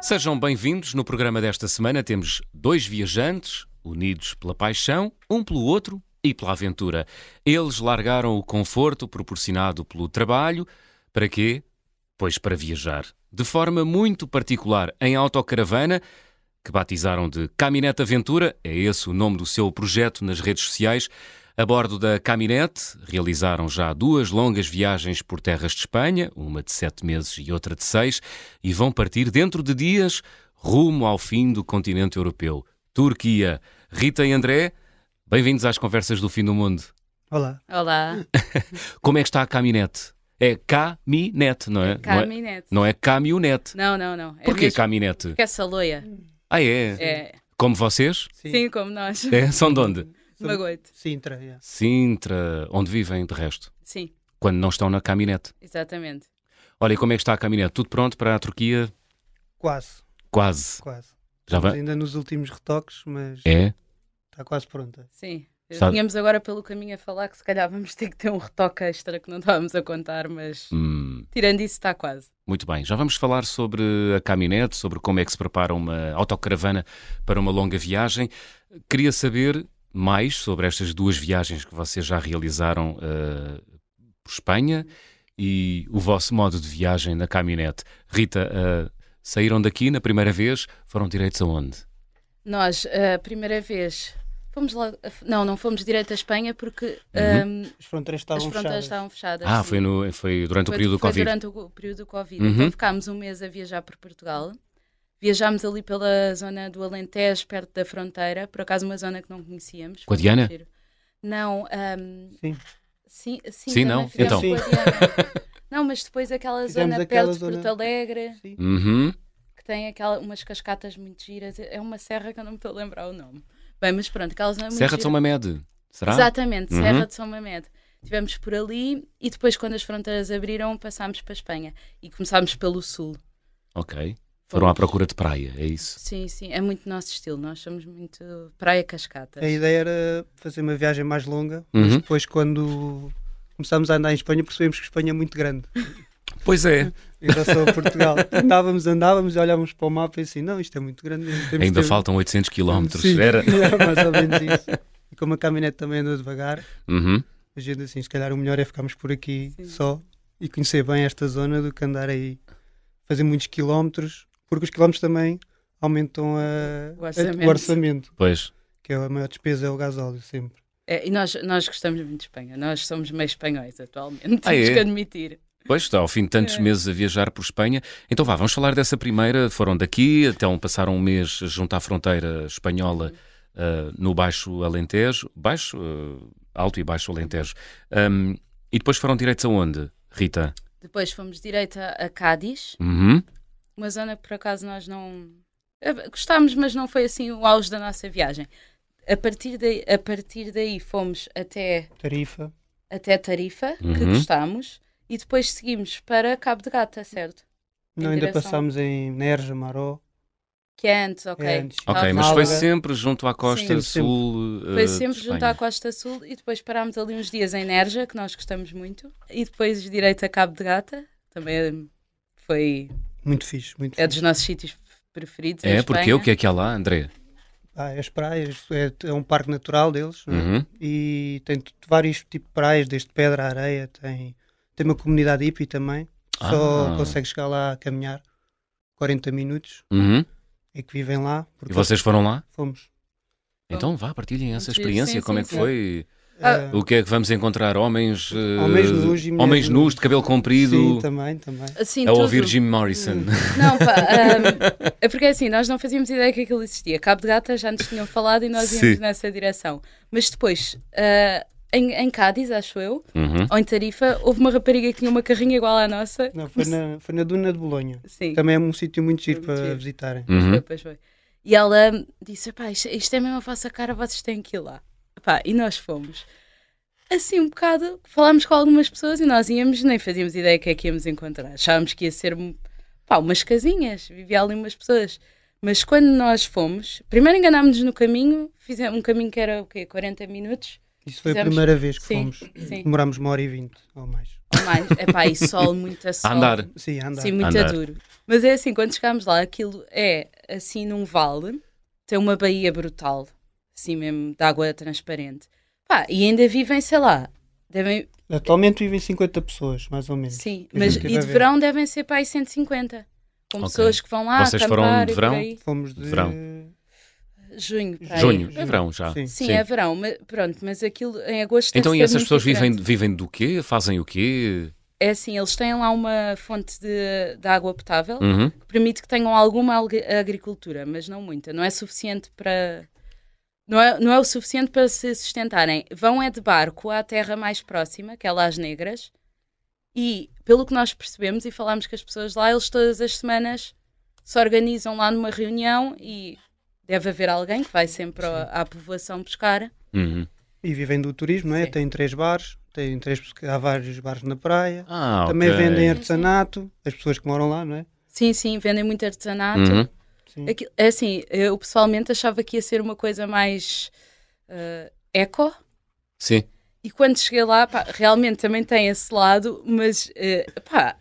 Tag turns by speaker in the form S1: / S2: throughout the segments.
S1: Sejam bem-vindos. No programa desta semana temos dois viajantes unidos pela paixão, um pelo outro e pela aventura. Eles largaram o conforto proporcionado pelo trabalho. Para quê? Pois para viajar. De forma muito particular, em autocaravana, que batizaram de Caminete Aventura, é esse o nome do seu projeto nas redes sociais. A bordo da Caminete, realizaram já duas longas viagens por terras de Espanha, uma de sete meses e outra de seis, e vão partir dentro de dias rumo ao fim do continente europeu, Turquia. Rita e André, bem-vindos às Conversas do Fim do Mundo.
S2: Olá.
S3: Olá,
S1: Como é que está a Caminete? É Caminete, não é? Não é,
S3: Carminete.
S1: não é Camionete.
S3: Não, não, não. É
S1: Porquê
S3: mesmo
S1: Caminete?
S3: que essa loia.
S1: Ah, é?
S3: É.
S1: Como vocês?
S3: Sim. como nós.
S1: É? São de onde?
S3: Magoito.
S2: Sintra, yeah.
S1: Sintra, onde vivem de resto,
S3: Sim,
S1: quando não estão na caminete.
S3: exatamente.
S1: Olha, e como é que está a caminete? Tudo pronto para a Turquia?
S2: Quase,
S1: Quase.
S2: quase.
S1: Já
S2: Estamos
S1: vai?
S2: ainda nos últimos retoques, mas
S1: Tá É?
S2: está quase pronta.
S3: Sim.
S1: Está-
S3: Tínhamos agora pelo caminho a falar que se calhar vamos ter que ter um retoque extra que não estávamos a contar, mas
S1: Hum,
S3: tirando isso está quase.
S1: muito bem. Já vamos falar sobre a caminete, sobre como é que se prepara uma autocaravana para uma longa viagem. Queria saber mais sobre estas duas viagens que vocês já realizaram eh, por Espanha e o vosso modo de viagem na caminete. Rita, eh, saíram daqui na primeira vez, foram direitos aonde?
S3: Nós, a primeira vez, fomos logo. Não, não fomos direto à Espanha porque hum,
S2: As fronteiras
S3: as
S2: estavam
S3: fronteiras
S2: fechadas.
S3: estavam fechadas.
S1: Uhum. Ah,
S3: sim.
S1: foi, no, foi durante o
S3: Foi-
S1: período do
S3: foi
S1: Covid.
S3: durante o período do Covid.
S1: Uhum.
S3: Então ficámos um mês a viajar por Portugal. Viajámos ali pela zona do Alentejo, perto da fronteira, por acaso uma zona que não conhecíamos.
S1: Com a
S3: Foi
S1: Diana?
S3: muito giro. Não, ahm,
S2: Sim.
S3: sim, sim,
S1: Sim,
S3: também
S1: não?
S3: fizemos
S1: Então.
S3: com a Diana. não, mas depois aquela
S2: Fizemos
S3: zona
S2: aquela
S3: perto
S2: zona-
S3: de Porto Alegre,
S2: Sim.
S1: Uhum.
S3: que tem aquela, umas cascatas muito giras. É uma serra que eu não me estou a lembrar o nome. Bem, mas pronto, aquela zona é muito
S1: Serra de São
S3: gira.
S1: Mamed, será?
S3: Exatamente,
S1: Uhum.
S3: Serra de São Mamed. Estivemos por ali e depois, quando as fronteiras abriram, passámos para a Espanha e começámos pelo Sul.
S1: Ok. Foram à procura de praia, é isso?
S3: Sim, sim, é muito nosso estilo. Nós somos muito praia cascata.
S1: É
S2: A ideia era fazer uma viagem mais longa,
S1: Uhum.
S2: mas depois quando começámos a andar em Espanha percebemos que Espanha é muito grande
S1: Pois é.
S2: em relação a Portugal. andávamos, andávamos e olhávamos para o mapa e assim, não, isto é muito grande. mesmo, temos
S1: Ainda
S2: de-
S1: faltam 800 quilómetros.
S2: Sim,
S1: Era.
S2: é mais ou menos isso. E como a caminhonete também andou devagar,
S1: Uhum.
S2: a gente assim, se calhar o melhor é ficarmos por aqui só e conhecer bem esta zona do que andar aí fazer muitos quilómetros, porque os quilómetros também aumentam a-
S3: O orçamento.
S2: a- o orçamento,
S1: Pois.
S2: que é a maior despesa é o gasóleo sempre.
S3: É, e nós, nós gostamos muito de Espanha. Nós somos meio espanhóis atualmente,
S1: Ah,
S3: temos
S1: é?
S3: que admitir.
S1: Pois, está ao fim de
S3: É.
S1: tantos meses a viajar por Espanha. Então vá, vamos falar dessa primeira. Foram daqui, então passaram um mês junto à fronteira espanhola ah, no Baixo Alentejo. Baixo, ah, Alto e Baixo Alentejo. Ahm, e depois foram direitos aonde, Rita?
S3: Depois fomos direito a, a Cádiz,
S1: Uhum.
S3: uma zona que por acaso nós não. eh, Gostámos, mas não foi assim o auge da nossa viagem. A partir daí, a partir daí fomos até,
S2: Tarifa,
S3: até Tarifa, que
S1: Uhum.
S3: gostámos, e depois seguimos para Cabo de Gata, certo? Em
S2: não, ainda
S3: direção-
S2: passámos em Nerja, Maró,
S3: Que é antes, ok.
S2: É antes.
S1: Ok, mas
S3: Ah, Málaga.
S1: foi sempre junto à costa
S2: Sim.
S1: sul. ah,
S3: Foi
S1: de
S3: sempre junto
S1: Espanha.
S3: à Costa Sul e depois parámos ali uns dias em Nerja, que nós gostamos muito, e depois direito a Cabo de Gata, também é, foi.
S2: muito fixe, muito
S3: é
S2: fixe.
S3: dos nossos sítios preferidos. em
S1: É,
S3: Espanha.
S1: porque o que é que há lá, André?
S2: Ah, as praias, é, é um parque natural deles, não é?
S1: Uhum.
S2: e tem t- vários tipos de praias, desde pedra à areia, tem, tem uma comunidade hippie também, só
S1: Ah.
S2: consegue chegar lá a caminhar 40 minutos,
S1: Uhum.
S2: é que vivem lá, porque
S1: E vocês foram lá?
S2: fomos.
S1: Então vá, partilhem essa
S3: Sim,
S1: experiência,
S3: sim,
S1: como é
S3: sim,
S1: que
S3: sim.
S1: foi?
S3: Ah,
S2: eh,
S1: O que é que vamos encontrar? Homens, eh,
S2: Homens nus e mulheres
S1: homens nus de cabelo comprido
S2: Sim, também, também.
S3: Assim,
S1: é a
S3: tudo.
S1: ouvir Jim Morrison.
S3: Não, pá, ahm, é porque assim, nós não fazíamos ideia que aquilo existia. Cabo de Gata já nos tinham falado e nós íamos
S1: Sim.
S3: nessa direção. Mas depois, ah, em, em Cádiz, acho eu,
S1: Uhum.
S3: ou em Tarifa, houve uma rapariga que tinha uma carrinha igual à nossa.
S2: Não, foi, na, foi na Duna de Bolonha.
S3: Sim.
S2: Também é um sítio muito giro
S3: Muito
S2: para
S3: giro.
S2: visitarem.
S3: Foi,
S1: Uhum.
S3: pois foi. E ela hum, disse: "Epá, isto, isto é mesmo a vossa cara, vocês têm que ir lá. Epá, e nós fomos. Assim, um bocado, falámos com algumas pessoas e nós íamos, nem fazíamos ideia o que é que íamos encontrar. Achávamos que ia ser um- pá, umas casinhas, vivia ali umas pessoas. Mas quando nós fomos, primeiro enganámos-nos no caminho, fizemos um caminho que era o quê? 40 minutos?
S2: Isso foi a
S3: Fizemos-
S2: primeira vez que
S3: Sim,
S2: fomos.
S3: sim.
S2: Demorámos uma hora e vinte ou mais.
S3: mais. Epá, e sol, muita sol.
S1: andar.
S2: Sim, a andar.
S3: Sim, muito
S1: Andar.
S3: duro. Mas é assim, quando chegámos lá, aquilo é assim num vale, tem uma baía brutal, assim mesmo, de água transparente. Pá, e ainda vivem, sei lá, devem,
S2: Atualmente vivem 50 pessoas, mais ou menos.
S3: sim,
S2: Uhum.
S3: mas
S2: Tive
S3: e
S2: a
S3: de
S2: ver.
S3: verão devem ser para aí 150. Com
S1: Ok.
S3: pessoas que vão lá
S1: Vocês foram
S3: acampar
S1: de
S3: e por
S1: verão?
S3: aí.
S2: Fomos de.
S1: Verão.
S3: Junho, para aí.
S1: Junho,
S2: Sim.
S1: é verão já.
S2: Sim.
S3: Sim, é verão, mas, pronto, mas aquilo em agosto
S1: Então, e
S3: deve é ser
S1: essas
S3: muito
S1: pessoas vivem,
S3: diferente.
S1: vivem do quê? Fazem o quê?
S3: É assim, eles têm lá uma fonte de, de água potável
S1: Uhum.
S3: que permite que tenham alguma alg- agricultura, mas não muita. Não é suficiente para. Não é, não é o suficiente para se sustentarem. Vão é de barco à terra mais próxima, que é Las Negras, e pelo que nós percebemos e falámos com as pessoas lá, eles todas as semanas se organizam lá numa reunião e deve haver alguém que vai sempre ao- à povoação buscar.
S1: Uhum.
S2: E vivem do turismo, não é?
S3: Sim.
S2: Tem três bares, tem três, há vários bares na praia.
S1: Ah,
S2: Também
S1: ok.
S2: vendem artesanato, as pessoas que moram lá, não é?
S3: Sim, sim, vendem muito artesanato.
S1: Uhum.
S2: Sim.
S3: Aquilo- é assim, eu pessoalmente achava que ia ser uma coisa mais eh, eco.
S1: Sim.
S3: E quando cheguei lá, pá, realmente também tem esse lado, mas eh, pá,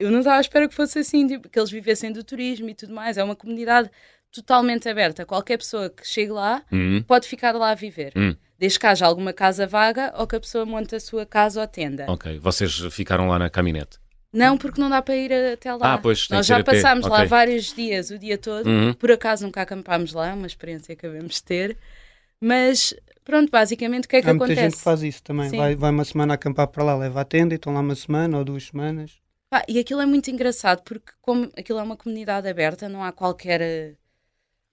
S3: eu não estava à espera que fosse assim, tipo, que eles vivessem do turismo e tudo mais. É uma comunidade totalmente aberta. Qualquer pessoa que chegue lá
S1: Uhum.
S3: pode ficar lá a viver.
S1: Hum.
S3: Desde que haja alguma casa vaga ou que a pessoa monte a sua casa ou tenda.
S1: Ok, vocês ficaram lá na caminhonete.
S3: Não, porque não dá para ir até lá.
S1: Ah, pois, tem
S3: Nós
S1: que
S3: já
S1: ser a pé.
S3: passámos lá
S1: Ok.
S3: vários dias, o dia todo.
S1: Uhum.
S3: Por acaso nunca acampámos lá, é uma experiência que acabamos de ter. Mas pronto, basicamente o que é que
S2: há muita gente
S3: acontece?
S2: que faz isso também.
S3: Sim.
S2: Vai, vai uma semana acampar para lá, leva a tenda e estão lá uma semana ou duas semanas.
S3: Pá, e aquilo é muito engraçado porque como aquilo é uma comunidade aberta, não há qualquer eh,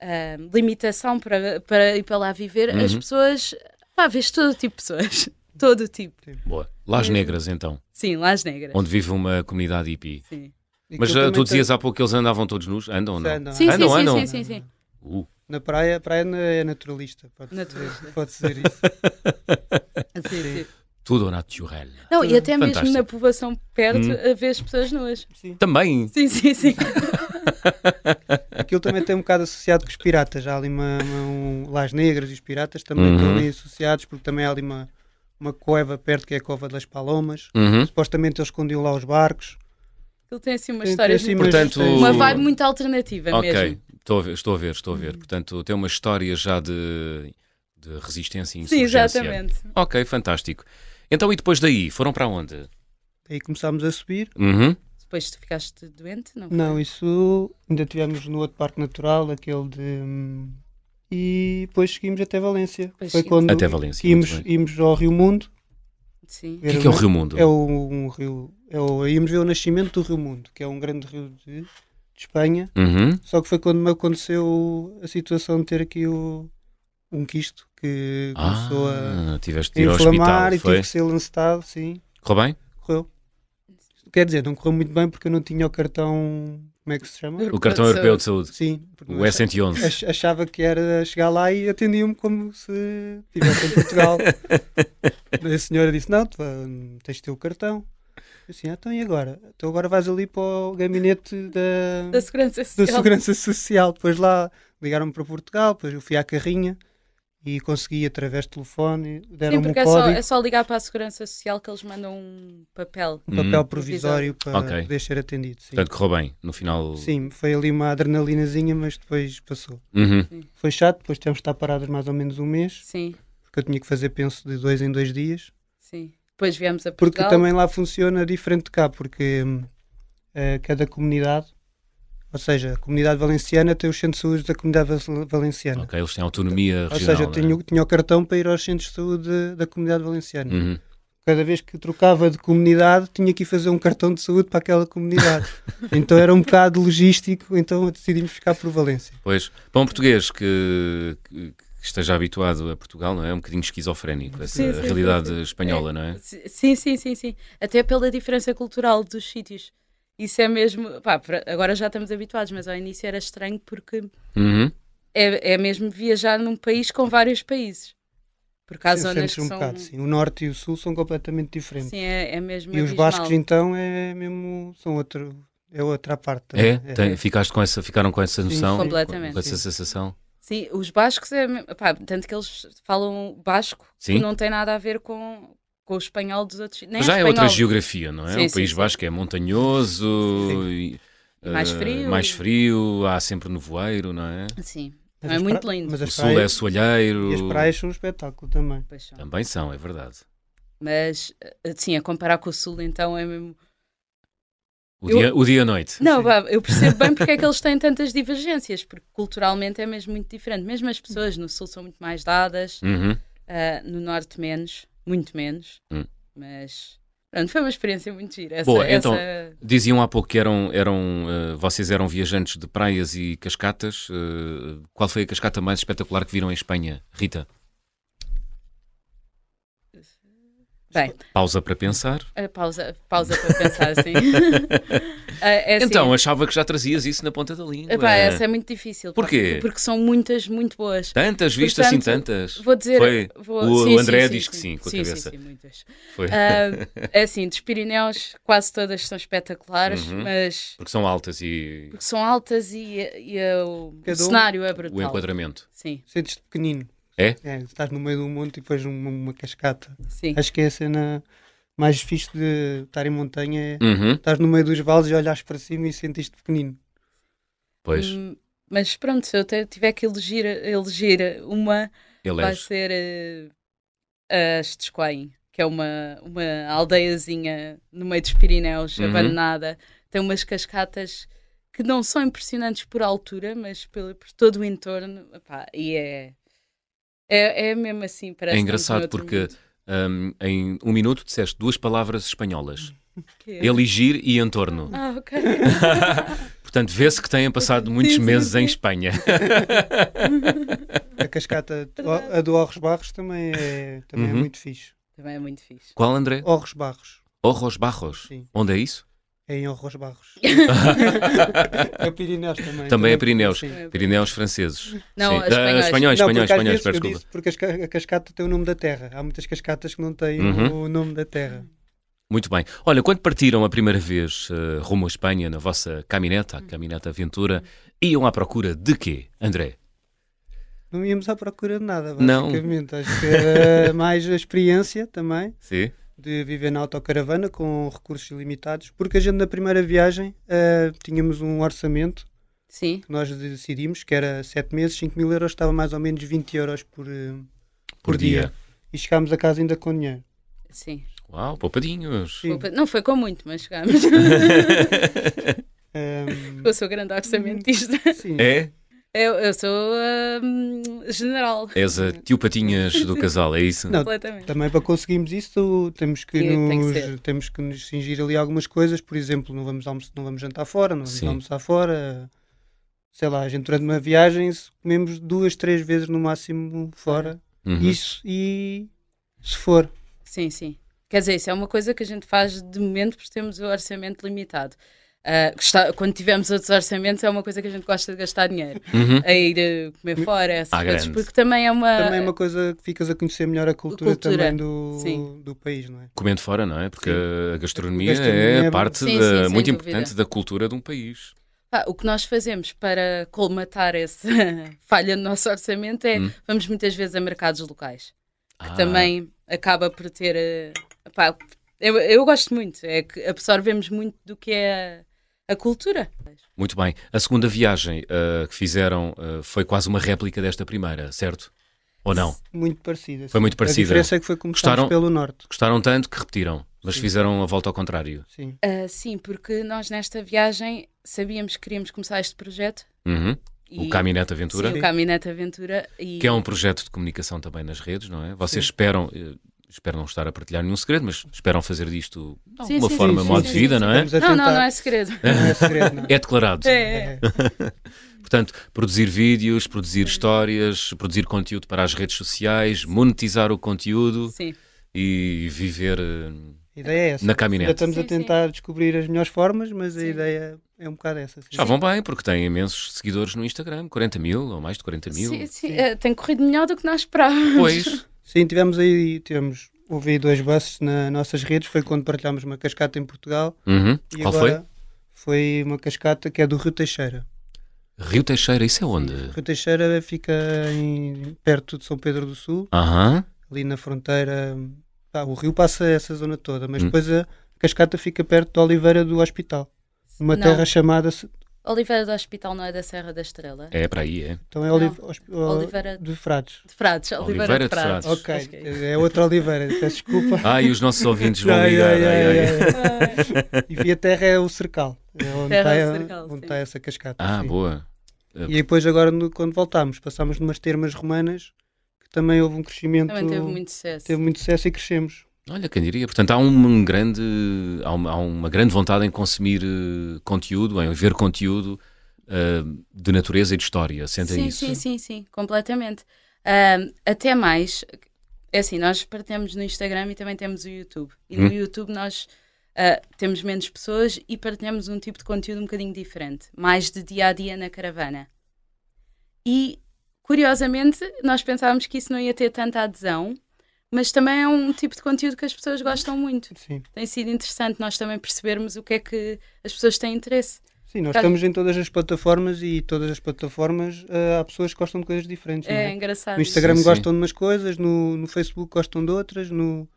S3: ah, limitação para, para ir para lá viver, as
S1: Uhum.
S3: pessoas, pá, vês todo tipo de pessoas, todo tipo.
S1: Boa. Las Negras, então,
S3: Sim, Las Negras.
S1: onde vive uma comunidade hippie.
S3: Sim.
S2: E
S1: Mas ah,
S2: aquilo também
S1: tu
S2: tem-
S1: dizias há pouco que eles andavam todos nus? Andam ou não?
S2: Andam,
S3: Sim,
S1: Andam,
S3: sim, sim,
S1: andam.
S3: sim, sim, sim.
S1: Uh,
S2: Na praia, a praia na- é naturalista, pode
S3: Naturalista.
S2: dizer, pode dizer isso.
S3: Sim, sim.
S1: tudo natural.
S3: Não, e até mesmo
S1: Fantástico.
S3: na povoação perto,
S1: Uhum.
S3: a ver as pessoas nuas.
S1: Também.
S3: Sim, sim, sim.
S2: Aquilo também tem um bocado associado com os piratas. Há ali uma, uma- um, Las Negras e os piratas também estão
S1: Uhum.
S2: ali associados, porque também há ali uma, uma coeva perto que é a Cova das Palomas.
S1: Uhum.
S2: Supostamente eles escondiam lá os barcos.
S3: Ele tem assim uma
S2: Tem-
S3: história,
S2: tem assim umas
S1: Portanto,
S2: histórias-
S3: uma vibe muito alternativa
S1: Ok,
S3: mesmo.
S1: estou a ver, estou a ver. Estou a
S2: Uhum.
S1: ver. Portanto, tem uma história já de, de resistência e
S3: Sim,
S1: insurgência.
S3: exatamente.
S1: Ok, fantástico. Então, e depois daí? Foram para onde?
S2: Aí começámos a subir.
S1: Uhum.
S3: Depois tu ficaste doente, não?
S2: Não, isso ainda tivemos no outro parque natural, aquele de. hum, E depois seguimos até Valência.
S3: Depois
S2: Foi
S3: seguimos.
S2: quando
S1: Até Valência,
S2: íamos,
S1: muito
S2: ímos ao Rio Mundo.
S3: Sim.
S1: O que é, que é o Rio Mundo?
S2: É o, um rio. É o, ímos ver o nascimento do Rio Mundo, que é um grande rio de, de Espanha.
S1: Uhum.
S2: Só que foi quando me aconteceu a situação de ter aqui o, um quisto que começou a
S1: Ah, tiveste de ir ao hospital,
S2: inflamar e
S1: foi?
S2: tive que ser lançado, sim.
S1: Correu bem?
S2: Correu. Quer dizer, não correu muito bem porque eu não tinha o cartão. Como é que se chama?
S1: O cartão europeu de saúde.
S2: Sim. porque
S1: O
S2: não achava-
S1: S111.
S2: ach- Achava que era chegar lá e atendiam-me como se estivesse em Portugal. a senhora disse: Não, tu, hum, tens de ter o cartão. Eu assim, ah, então e agora? Então agora vais ali para o gabinete da,
S3: Da segurança
S2: da
S3: social.
S2: Segurança Social. Depois lá ligaram-me para Portugal, depois eu fui à carrinha e consegui através de telefone,
S3: Sim,
S2: deram-me um
S3: porque é só,
S2: código,
S3: é só ligar para a segurança social que eles mandam um papel.
S2: um
S1: Hum.
S2: papel provisório para
S1: Ok.
S2: poder ser atendido. Sim.
S1: Portanto, correu bem. No final.
S2: Sim, foi ali uma adrenalinazinha, mas depois passou.
S1: Uhum.
S2: Foi chato, depois tivemos de estar parados mais ou menos um mês.
S3: Sim,
S2: porque eu tinha que fazer, penso, de dois em dois dias.
S3: sim. Depois viemos a
S2: Porque
S3: Portugal.
S2: também lá funciona diferente de cá, porque hum, eh, cada comunidade, ou seja, a comunidade valenciana tem os centros de saúde da comunidade val- valenciana.
S1: Ok, eles têm autonomia
S2: Ou
S1: regional.
S2: seja, eu
S1: né?
S2: tinha, o- tinha o cartão para ir aos centros de saúde da comunidade valenciana.
S1: Uhum.
S2: Cada vez que trocava de comunidade, tinha que ir fazer um cartão de saúde para aquela comunidade. então era um bocado logístico, então decidimos ficar por Valência.
S1: Pois, para um português que, que- que esteja habituado a Portugal, não é? É um bocadinho esquizofrénico essa
S3: Sim, sim,
S1: realidade
S3: sim, sim.
S1: espanhola, não é?
S3: Sim, sim, sim, sim. Até pela diferença cultural dos sítios. Isso é mesmo. Pá, pra- agora já estamos habituados, mas ao início era estranho porque
S1: Uhum.
S3: é, é mesmo viajar num país com vários países. Porque há
S2: Sim,
S3: zonas
S2: sente-se
S3: que
S2: um
S3: são.
S2: bocado, sim. O norte e o sul são completamente diferentes.
S3: Sim, é, é mesmo.
S2: E os
S3: abismal.
S2: bascos então é mesmo são outro é outra parte.
S1: É?
S2: também.
S1: Tem- ficaste com essa, ficaram com essa
S2: Sim,
S1: noção?
S2: sim.
S3: Completamente.
S1: Com essa
S2: Sim.
S1: sensação?
S3: Sim, os bascos é. me- Pá, tanto que eles falam basco
S1: Sim.
S3: que não tem nada a ver com, com o espanhol dos outros. Nem
S1: Mas já é
S3: espanhol,
S1: outra geografia, não é?
S3: Sim,
S1: o
S3: sim,
S1: País
S3: sim.
S1: Vasco é montanhoso, e,
S3: E mais
S1: eh,
S3: frio.
S1: mais frio, há sempre nevoeiro, não é?
S3: Sim,
S2: Mas
S3: é
S2: as
S3: muito
S2: pra-
S3: lindo.
S2: Mas
S1: O
S2: as
S1: sul é
S2: praias,
S1: soalheiro.
S2: e as praias são um espetáculo também.
S3: pois são.
S1: Também são, é verdade.
S3: Mas, assim, a comparar com o Sul, então é mesmo.
S1: O,
S3: Eu-
S1: dia, o dia e a noite.
S3: Não,
S2: Sim.
S3: vá, eu percebo bem porque é que eles têm tantas divergências, porque culturalmente é mesmo muito diferente. Mesmo as pessoas no Sul são muito mais dadas,
S1: Uhum.
S3: ah, no Norte menos, muito menos.
S1: Hum.
S3: Mas, pronto, foi uma experiência muito gira. Essa,
S1: Boa, então-
S3: essa-
S1: Diziam há pouco que eram, eram eh, vocês eram viajantes de praias e cascatas. eh, qual foi a cascata mais espetacular que viram em Espanha, Rita?
S3: Bem,
S1: Pausa para pensar.
S3: a pausa, pausa para pensar assim. Ah, é assim,
S1: Então, achava que já trazias isso na ponta da língua.
S3: epá, essa é muito difícil. pá,
S1: Porquê?
S3: Porque são muitas muito boas.
S1: Tantas vistas,
S3: Portanto,
S1: sim, tantas.
S3: Vou dizer.
S1: Foi.
S3: vou-
S1: O-
S3: sim,
S1: o
S3: sim,
S1: André
S3: sim,
S1: diz
S3: sim.
S1: que sim, com a
S3: sim,
S1: cabeça.
S3: Sim, sim, muitas.
S1: Foi.
S3: Ah, é assim, dos Pirineus quase todas são espetaculares,
S1: Uhum.
S3: mas
S1: Porque são altas e
S3: porque são altas e, e é o, o
S2: Cada um-
S3: cenário é brutal.
S1: o enquadramento.
S3: Sim,
S2: Sentes-te pequenino.
S1: É?
S2: Estás no meio do monte e depois uma, uma cascata.
S3: sim.
S2: Acho que é a cena mais fixe de estar em montanha. é
S1: Uhum.
S2: Estás no meio dos vales e olhas para cima e sentiste pequenino.
S1: Pois,
S3: Hum, Mas pronto, se eu te- tiver que eleger, eleger uma,
S1: ele
S3: vai
S1: é.
S3: ser eh, as de Esquain, que é uma, uma aldeiazinha no meio dos Pirineus,
S1: Uhum.
S3: abandonada. Tem umas cascatas que não são impressionantes por altura, mas pelo, por todo o entorno. Epá, e é, é. É mesmo assim, parece.
S1: É
S3: que estamos
S1: engraçado
S3: noutro
S1: porque
S3: mundo.
S1: hum, em um minuto disseste duas palavras espanholas:
S3: Que é-
S1: eligir e entorno.
S3: Ah, ok.
S1: Portanto, vê-se que têm passado muitos
S3: Sim, sim,
S1: meses em
S3: sim.
S1: Espanha.
S2: A cascata, do-
S3: Verdade.
S2: a do Orros Barros também é, também é
S1: Uhum.
S2: muito fixe.
S3: Também é muito fixe.
S1: Qual, André?
S2: Orros Barros,
S1: Orros Barros.
S2: Oh. Sim.
S1: Onde é isso?
S2: é em Orros Barros. é Pirineus também.
S1: Também é Pirineus.
S2: Sim.
S1: Pirineus franceses.
S3: Não,
S1: Sim.
S3: as
S1: Ah,
S3: espanhóis.
S1: espanhóis,
S2: Não, porque
S1: espanhóis,
S2: às
S1: espanhóis,
S2: vezes
S1: peço
S2: eu
S1: desculpa.
S2: disse porque as ca- a cascata tem o nome da terra. Há muitas cascatas que não têm
S1: Uhum.
S2: o nome da terra.
S1: Muito bem. Olha, quando partiram a primeira vez eh, rumo à Espanha na vossa camineta, a camineta Aventura, iam à procura de quê, André?
S2: Não íamos à procura de nada,
S1: Não.
S2: basicamente. Acho que era mais a experiência também
S1: Sim.
S2: de viver na autocaravana com recursos ilimitados, porque a gente na primeira viagem ah, tínhamos um orçamento
S3: Sim,
S2: que nós decidimos que era 7 meses, 5 mil euros, estava mais ou menos 20 euros por, eh,
S1: Por
S2: por dia.
S1: dia.
S2: E chegámos a casa ainda com dinheiro.
S3: sim.
S1: Uau, poupadinhos.
S2: Sim.
S3: Opa, Não foi com muito, mas chegámos.
S2: Ahm,
S3: Eu sou grande orçamentista.
S2: sim.
S1: É?
S3: Eu, eu sou hum, general,
S1: És a tio Patinhas do casal, é isso?
S2: Não,
S3: completamente.
S2: Também para conseguirmos isso temos que,
S3: Sim, tem que
S2: nos,
S3: ser.
S2: temos que nos cingir ali a algumas coisas, por exemplo, não vamos, almo- não vamos jantar fora, não vamos
S1: Sim.
S2: almoçar fora. Sei lá, a gente durante uma viagem se comemos duas, três vezes no máximo fora.
S1: Uhum.
S2: Isso e se for.
S3: Sim, sim. Quer dizer, isso é uma coisa que a gente faz de momento porque temos o orçamento limitado. Ah, gosta- quando tivermos outros orçamentos, é uma coisa que a gente gosta de gastar dinheiro.
S1: Uhum.
S3: A ir eh, comer fora, essas
S1: À
S3: coisas.
S1: grande.
S3: Porque também é uma.
S2: Também é uma coisa que ficas a conhecer melhor a cultura,
S3: Cultura,
S2: também do,
S3: sim.
S2: do país, não é?
S1: Comendo fora, não é? Porque a gastronomia,
S2: Gastronomia
S1: é
S2: é-
S1: parte
S3: Sim,
S1: da-
S3: sim, sem
S1: muito
S3: dúvida.
S1: importante da cultura de um país.
S3: Pá, o que nós fazemos para colmatar essa falha no nosso orçamento é
S1: Hum.
S3: vamos muitas vezes a mercados locais.
S1: Ah,
S3: também acaba por ter. eh, pá, eu, eu gosto muito, é que absorvemos muito do que é a cultura.
S1: Muito bem. A segunda viagem ah, que fizeram ah, foi quase uma réplica desta primeira, certo? Ou não?
S2: Muito parecida.
S1: Foi
S2: sim.
S1: muito parecida.
S2: A diferença é que foi começar
S1: Gostaram-
S2: pelo norte.
S1: Gostaram tanto que repetiram, mas
S2: Sim.
S1: fizeram a volta ao contrário.
S2: Sim.
S3: Ah, sim, porque nós nesta viagem sabíamos que queríamos começar este projeto.
S1: Uhum.
S3: e-
S1: O Caminete
S3: sim,
S1: Aventura,
S3: o Caminete Aventura. E,
S1: que é um projeto de comunicação também nas redes, não é? Vocês esperam, eh, espero não estar a partilhar nenhum segredo, mas esperam fazer disto de
S3: Sim,
S1: alguma
S3: sim,
S1: forma,
S2: sim,
S1: modo
S2: sim,
S1: de vida,
S2: sim,
S1: não é?
S2: Estamos a
S3: Não, não,
S2: tentar.
S3: não é segredo.
S2: Não é segredo, não.
S1: É declarado.
S3: É, é.
S1: Portanto, produzir vídeos, produzir histórias, produzir conteúdo para as redes sociais, monetizar o conteúdo
S3: Sim,
S1: e viver eh,
S2: A ideia é essa.
S1: na
S2: Ainda
S1: caminhonete.
S2: estamos a
S3: Sim, sim.
S2: tentar descobrir as melhores formas, mas a
S3: Sim.
S2: ideia é um bocado essa. sim.
S1: Já vão bem, porque têm imensos seguidores no Instagram, 40 mil ou mais de 40 É mil.
S3: sim, sim, eh, tem corrido melhor do que nós esperávamos.
S1: Pois,
S2: Sim, tivemos aí, tivemos, houve aí dois buses nas nossas redes, foi quando partilhámos uma cascata em Portugal.
S1: Uhum.
S2: E
S1: qual
S2: agora foi? uma cascata que é do Rio Teixeira.
S1: foi? Rio Teixeira, isso é onde?
S2: Rio Teixeira fica em- perto de São Pedro do Sul,
S1: Aham.
S2: ali na fronteira Pá, o rio passa essa zona toda, mas
S1: Hum.
S2: depois a cascata fica perto da Oliveira do Hospital. Uma
S3: Não.
S2: terra chamada. se-
S3: Oliveira do Hospital não é da Serra da Estrela?
S1: É para aí, é?
S2: Então é Olive- Hosp- o-
S3: Oliveira-
S2: de Frades.
S3: De Frades, Oliveira,
S1: Oliveira
S3: de
S1: de
S3: Frades.
S1: Frades.
S2: Ok,
S3: Acho que é isso.
S2: é outra Oliveira, peço desculpa.
S1: Ah, e os nossos ouvintes vão
S2: Ai,
S1: ligar.
S2: ai,
S1: ai,
S2: ai,
S1: ai.
S2: ai. E via terra é o cercal, é onde está
S3: Terra é o
S2: a-
S3: Cercal,
S2: onde
S3: sim.
S2: está essa cascata.
S1: Ah,
S2: sim.
S1: boa.
S2: E depois agora no- quando voltámos, passámos numas termas romanas que também houve um crescimento,
S3: Também teve muito sucesso.
S2: teve muito sucesso e crescemos.
S1: Olha, quem diria. Portanto, há, um grande, há, uma, há uma grande vontade em consumir eh, conteúdo, em ver conteúdo eh, de natureza e de história. Sentem
S3: sim,
S1: isso?
S3: sim, sim, sim, completamente. Ahm, até mais, é assim, nós partilhamos no Instagram e também temos o YouTube. E no
S1: Hum.
S3: YouTube nós ah, temos menos pessoas e partilhamos um tipo de conteúdo um bocadinho diferente, mais de dia a dia na caravana. E curiosamente, nós pensávamos que isso não ia ter tanta adesão, mas também é um tipo de conteúdo que as pessoas gostam muito.
S2: Sim.
S3: Tem sido interessante nós também percebermos o que é que as pessoas têm interesse.
S2: Sim, nós
S3: Tá-
S2: estamos em todas as plataformas e todas as plataformas ah, há pessoas que gostam de coisas diferentes. não
S3: É
S2: é?
S3: engraçado.
S2: No Instagram
S1: Sim, sim.
S2: gostam de umas coisas, no, no Facebook gostam de outras, no,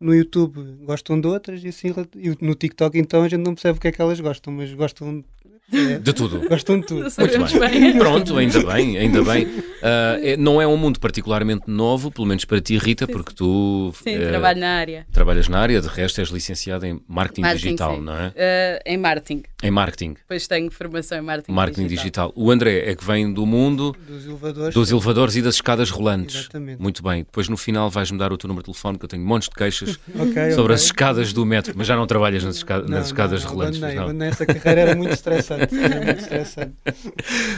S2: no YouTube gostam de outras e assim rel- e no TikTok então a gente não percebe o que é que elas gostam, mas gostam, é,
S1: De tudo.
S2: gostam de tudo.
S3: Não sabemos
S1: bem.
S3: bem.
S1: Pronto, ainda bem, ainda bem. Ah, é- não é um mundo particularmente novo, pelo menos para ti, Rita, porque tu
S3: Sim,
S1: eh,
S3: trabalho na área.
S1: trabalhas na área, de resto és licenciada em marketing,
S3: Marketing,
S1: digital,
S3: sim.
S1: não é?
S3: Eh, em marketing.
S1: Em marketing.
S3: Depois tenho formação em marketing,
S1: Marketing digital. O André é que vem do mundo
S2: Dos elevadores.
S1: dos elevadores e das escadas rolantes.
S2: Exatamente.
S1: Muito bem. Depois no final vais-me dar o teu número de telefone, que eu tenho montes de queixas
S2: Ok,
S1: sobre
S2: ok.
S1: as escadas do metro, mas já não trabalhas nas, esca-
S2: Não,
S1: nas escadas
S2: não,
S1: rolantes.
S2: Abandonei,
S1: não.
S2: abandonei essa carreira, era muito estressante. Era muito estressante.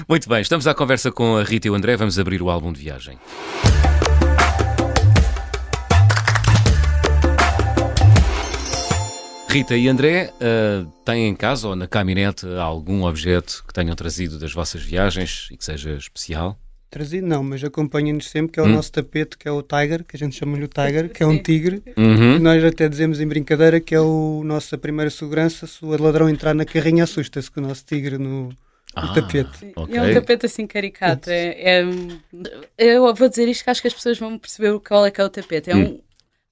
S1: Muito bem, estamos à conversa com a Rita e o André, vamos abrir o álbum de viagem. Rita e André, ah, têm em casa ou na caminhonete algum objeto que tenham trazido das vossas viagens e que seja especial?
S2: Trazido não, mas acompanha-nos sempre, que é o
S1: Hum.
S2: nosso tapete, que é o Tiger, que a gente chama-lhe o Tiger, que é um tigre. E
S1: Uhum.
S2: nós até dizemos em brincadeira que é o nossa primeira segurança, se o ladrão entrar na carrinha assusta-se com o nosso tigre no, no tapete.
S1: ok.
S3: É um tapete assim caricato. É, é um- eu vou dizer isto que acho que as pessoas vão perceber qual é que é o tapete. É
S1: Hum.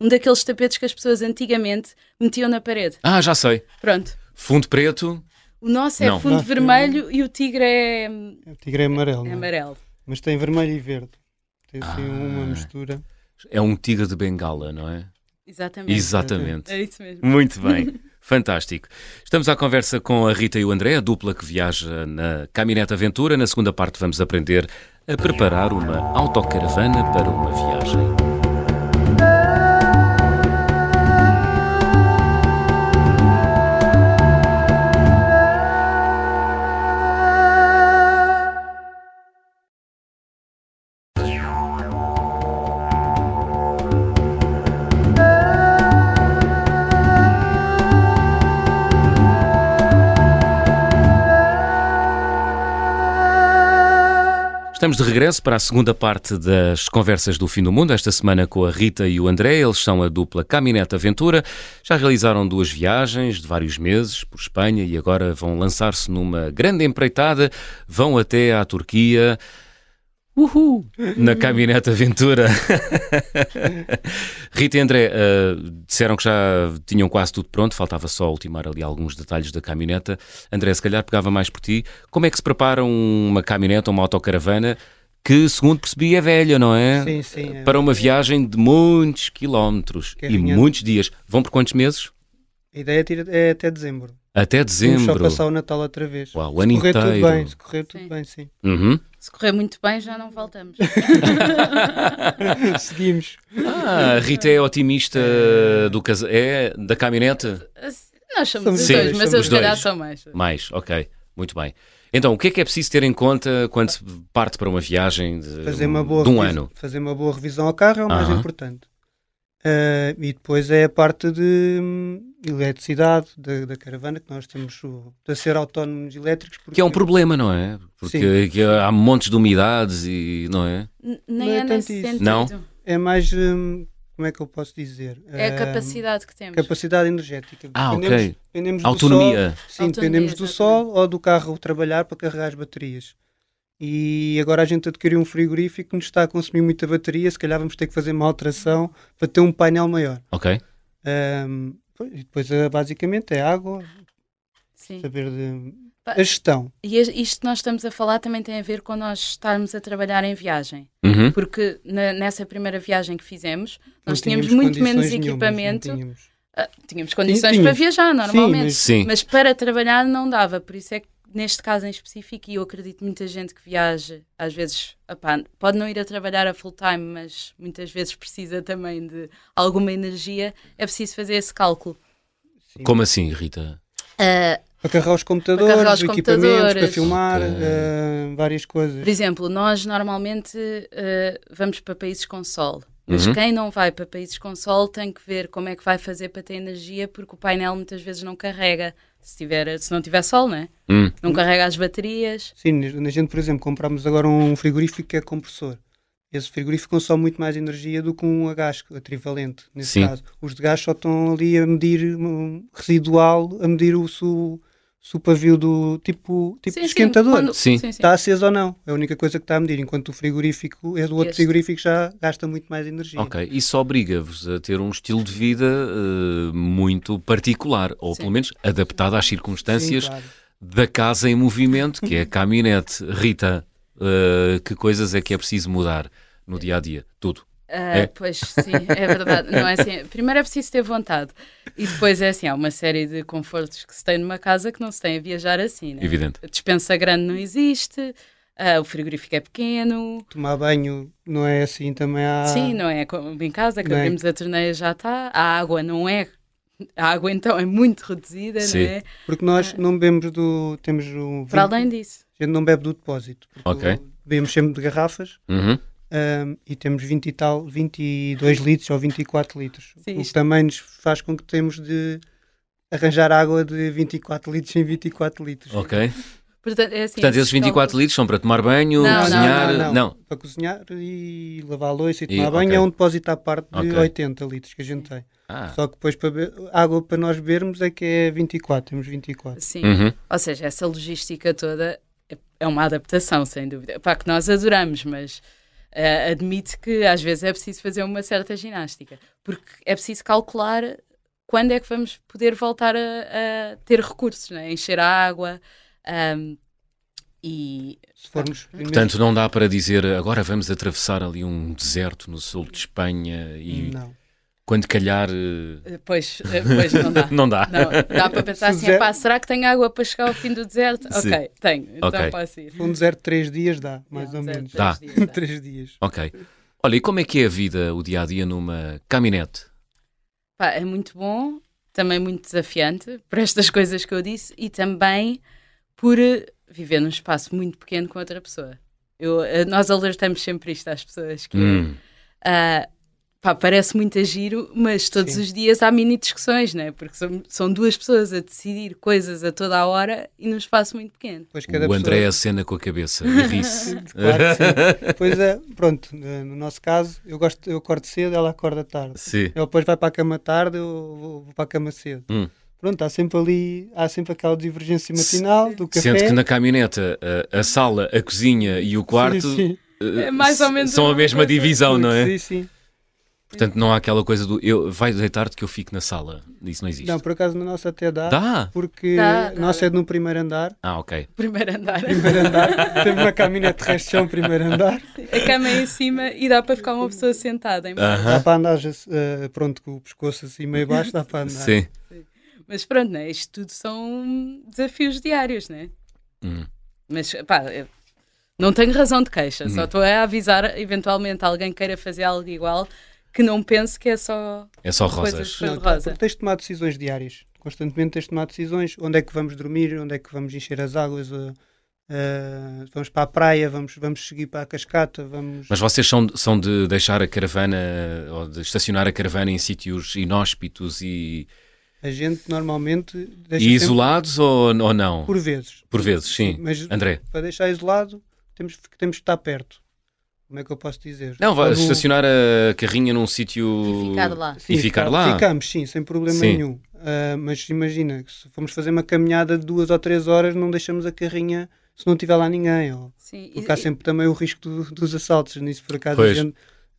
S3: um, um daqueles tapetes que as pessoas antigamente metiam na parede.
S1: Ah, já sei.
S3: Pronto.
S1: Fundo preto.
S3: O nosso é
S1: Não.
S3: fundo
S2: Ah,
S3: vermelho e o tigre é, hum,
S2: O tigre é amarelo,
S3: é
S2: não é?
S3: amarelo.
S2: mas tem vermelho e verde. Tem assim uma
S1: Ah.
S2: mistura.
S1: É um tigre de bengala, não é?
S3: Exatamente.
S1: Exatamente.
S3: É isso mesmo.
S1: Muito bem, fantástico. Estamos à conversa com a Rita e o André, a dupla que viaja na Caminhonete Aventura. Na segunda parte vamos aprender a preparar uma autocaravana para uma viagem. Estamos de regresso para a segunda parte das conversas do fim do mundo, esta semana com a Rita e o André. Eles são a dupla Caminhonete Aventura. Já realizaram duas viagens de vários meses por Espanha e agora vão lançar-se numa grande empreitada. Vão até à Turquia. Uhul! Na Caminhonete Aventura. Rita e André ah, disseram que já tinham quase tudo pronto, faltava só ultimar ali alguns detalhes da caminhoneta. André, se calhar pegava mais por ti. Como é que se prepara uma caminhoneta ou uma autocaravana que, segundo percebi, é velha, não é?
S2: Sim, sim, é
S1: Para uma viagem de muitos quilómetros e
S2: Carrinhada.
S1: muitos dias. Vão por quantos meses?
S2: A ideia é, tira- é até dezembro.
S1: Até
S2: Vamos só
S1: dezembro.
S2: passar o Natal outra vez.
S1: Uau, o ano
S2: se correr tudo
S1: inteiro.
S2: bem, se correr tudo
S3: Sim.
S2: bem, sim.
S1: Uhum.
S3: Se correr muito bem, já não voltamos.
S2: Seguimos.
S1: Ah, a Rita é otimista do casa... é da caminhonete?
S3: Nós somos os
S2: Sim,
S3: dois, mas eu
S2: somos
S3: se calhar
S1: dois.
S3: sou mais.
S1: Mais, ok, muito bem. Então, o que é que é preciso ter em conta quando se parte para uma viagem de,
S2: fazer uma boa
S1: de um
S2: revis-
S1: ano?
S2: fazer uma boa revisão ao carro é o mais
S1: Aham.
S2: importante Ah, e depois é a parte de hum, eletricidade da, da caravana que nós temos o, de ser autónomos elétricos porque
S1: Que é um problema, não é? Porque que há montes de umidades e não é?
S3: N-
S2: Não
S3: Nem
S2: é
S3: é nesse
S2: tanto isso.
S3: sentido.
S1: Não?
S2: é mais hum, como é que eu posso dizer
S3: É a
S2: Ah,
S3: capacidade que temos.
S2: capacidade energética
S1: Ah, ok.
S2: dependemos, dependemos do
S1: Autonomia.
S2: sol, sim
S3: Autonomia,
S2: dependemos do
S3: exatamente.
S2: sol ou do carro trabalhar para carregar as baterias E agora a gente adquiriu um frigorífico que nos está a consumir muita bateria. Se calhar vamos ter que fazer uma alteração para ter um painel maior.
S1: Ok.
S2: Ahm, pois, e depois, eh, basicamente, é água,
S3: Sim.
S2: saber de...
S3: Pa-
S2: a gestão.
S3: E as- isto que nós estamos a falar também tem a ver com nós estarmos a trabalhar em viagem.
S1: Uhum.
S3: Porque na- nessa primeira viagem que fizemos,
S2: Não
S3: nós tínhamos, muito
S2: condições
S3: menos
S2: nenhumas, não
S3: equipamento.
S2: tínhamos.
S3: Ah, tínhamos condições
S2: tínhamos.
S3: para viajar normalmente.
S2: mas-
S1: Sim.
S3: mas para trabalhar não dava, por isso é que neste caso em específico, e eu acredito muita gente que viaja, às vezes, opá, pode não ir a trabalhar a full time, mas muitas vezes precisa também de alguma energia, é preciso fazer esse cálculo.
S2: Sim.
S1: Como assim, Rita?
S3: Ah,
S2: Para carregar os computadores,
S3: carregar os
S2: o equipamentos, para
S3: computadores.
S2: filmar,
S1: Ok.
S2: eh, várias coisas.
S3: por exemplo, nós normalmente ah, vamos para países com sol. Mas
S1: Uhum.
S3: quem não vai para países com sol tem que ver como é que vai fazer para ter energia, porque o painel muitas vezes não carrega. Se, tiver, se não tiver sol, né?
S1: Hum.
S3: Não carrega as baterias.
S2: Sim, na- na gente, por exemplo, comprámos agora um frigorífico que é compressor. Esse frigorífico consome muito mais energia do que um a gás, a trivalente, nesse
S1: Sim.
S2: caso. Os de gás só estão ali a medir um residual, a medir o, su, se o pavio do tipo, tipo
S3: Sim, sim,
S2: esquentador.
S3: quando-
S1: Sim.
S3: sim, sim.
S2: Está aceso ou não, é a única coisa que está a medir, enquanto o frigorífico, é do outro
S3: Este.
S2: frigorífico já gasta muito mais energia.
S1: Ok. Isso obriga-vos a ter um estilo de vida eh, muito particular, ou
S3: Sim.
S1: pelo menos adaptado às circunstâncias
S2: Sim, claro.
S1: da casa em movimento, que é a caminhonete. Rita, eh, que coisas é que é preciso mudar no dia a dia? Tudo.
S3: Ah,
S1: É?
S3: Pois sim, é verdade. Não é assim. Primeiro é preciso ter vontade. E depois é assim, há uma série de confortos que se tem numa casa que não se tem a viajar assim,
S2: É.
S3: né?
S1: Evidente.
S3: A dispensa grande não existe, ah, o frigorífico é pequeno.
S2: Tomar banho não é assim também há...
S3: Sim, não é como em casa, que
S2: Bem.
S3: abrimos a torneira já está. A água não é. A água então é muito reduzida,
S1: Sim.
S3: não é?
S2: Porque nós não bebemos do... temos um...
S3: Para
S2: vinho-
S3: além disso.
S2: A gente não bebe do depósito. porque
S1: Ok.
S2: Bebemos sempre de garrafas
S1: Uhum.
S2: hum, e temos 20 e tal, 22 litros ou 24 litros.
S3: Sim,
S2: o que
S3: isto-
S2: também nos faz com que temos de arranjar água de 24 litros em 24 litros.
S1: Ok.
S3: Portanto, é assim,
S1: Portanto, esses
S3: esses
S1: 24
S3: cálculos-
S1: litros são para tomar banho,
S3: Não, não,
S1: cozinhar.
S2: não, não. Para cozinhar e lavar a louça e
S1: E-
S2: tomar banho
S1: ok.
S2: é um depósito à parte de
S1: Ok.
S2: 80 litros que a gente tem.
S1: Ah.
S2: Só que depois para be- água para nós bebermos é que é 24, temos 24.
S3: Sim.
S1: Uhum.
S3: Ou seja, essa logística toda é- é uma adaptação, sem dúvida. Pá, que nós adoramos, mas eh, admite que às vezes é preciso fazer uma certa ginástica, porque é preciso calcular quando é que vamos poder voltar a, a ter recursos, né? encher a água. ahm, e
S2: Se formos
S3: Ah.
S2: primeiro-
S1: Portanto, não dá para dizer agora vamos atravessar ali um deserto no sul de Espanha e
S2: não.
S1: quando calhar. eh,
S3: depois, depois não dá.
S1: Não dá.
S3: Não, dá para pensar assim,
S2: Deserto.
S3: "Epá, será que tenho água para chegar ao fim do deserto?
S1: Sim.
S3: Ok, tenho, então
S1: Ok.
S3: posso ir.
S2: Um deserto 3 dias dá, mais
S3: Não,
S2: ou
S3: deserto,
S2: menos.
S1: Dá.
S3: três dias, dá.
S2: 3 dias.
S1: Ok. Olha, e como é que é a vida, o dia a dia numa caminhonete?
S3: Pá, é muito bom, também muito desafiante por estas coisas que eu disse e também por eh, viver num espaço muito pequeno com outra pessoa. Eu, eh, nós alertamos sempre isto às pessoas que
S1: Hum.
S3: ah, pá, parece muito a giro, mas todos
S2: Sim.
S3: os dias há mini discussões, né? porque são, são duas pessoas a decidir coisas a toda a hora e num espaço muito pequeno.
S2: Pois cada
S1: O André
S2: pessoa...
S1: acena com a cabeça e ri-se.
S2: Claro que sim. pois é, pronto, eh, no nosso caso, eu, gosto, eu acordo cedo, ela acorda tarde.
S1: Sim.
S2: Ela depois vai para a cama tarde, eu vou, vou para a cama cedo.
S1: Hum.
S2: Pronto, há sempre ali, há sempre aquela divergência matinal do café.
S1: Sendo que na caminhoneta a, a sala, a cozinha e o quarto
S2: Sim, sim.
S1: eh,
S3: É mais ou menos
S1: são a
S3: uma
S1: mesma
S3: coisa.
S1: divisão, não é?
S2: Sim, sim.
S1: Portanto, não há aquela coisa do eu, vai deitar-te que eu fico na sala. Isso não existe.
S2: Não, por acaso na nossa até dá,
S1: Dá?
S2: porque
S3: Dá,
S2: a
S3: dá,
S2: nossa
S3: dá.
S2: é no primeiro andar.
S1: Ah, ok.
S3: Primeiro andar,
S2: Primeiro andar, temos uma caminhonete de resto de chão, primeiro andar.
S3: a cama é em cima e dá para ficar uma pessoa sentada em baixo.
S1: Aham.
S2: Dá para andar, eh, pronto, com o pescoço assim meio baixo, dá para andar.
S1: Sim.
S3: Mas pronto, né? isto tudo são desafios diários, né?
S1: Hum.
S3: Mas pá, eu não tenho razão de queixa, só estou a avisar eventualmente alguém queira fazer algo igual que não pense que é só
S1: É só
S3: coisas
S1: rosas.
S3: de
S2: Não,
S3: rosa.
S2: Porque tens de tomar decisões diárias. Constantemente tens de tomar decisões. Onde é que vamos dormir? Onde é que vamos encher as águas? eh, eh, vamos para a praia? Vamos, vamos seguir para a cascata? Vamos...
S1: Mas vocês são, são de deixar a caravana ou de estacionar a caravana em sítios inóspitos e,
S2: A gente normalmente
S1: e
S2: deixa sempre
S1: isolados ou, ou não? Por,
S2: por vezes.
S1: vezes, sim.
S2: Mas
S1: André.
S2: para deixar isolado temos, temos de estar perto. Como é que eu posso dizer?
S1: Não, vai
S2: Quando-
S1: estacionar a carrinha num sítio.
S3: E ficar lá.
S1: E ficar
S2: fica-
S1: lá.
S2: Ficamos, sim, sem problema
S1: Sim.
S2: nenhum. Uh, Ah, mas imagina, que se formos fazer uma caminhada de duas ou três horas, não deixamos a carrinha se não tiver lá ninguém. Ou,
S3: Sim,
S2: porque há sempre também o risco do- dos assaltos nisso, por acaso. a
S1: Pois.
S2: gente-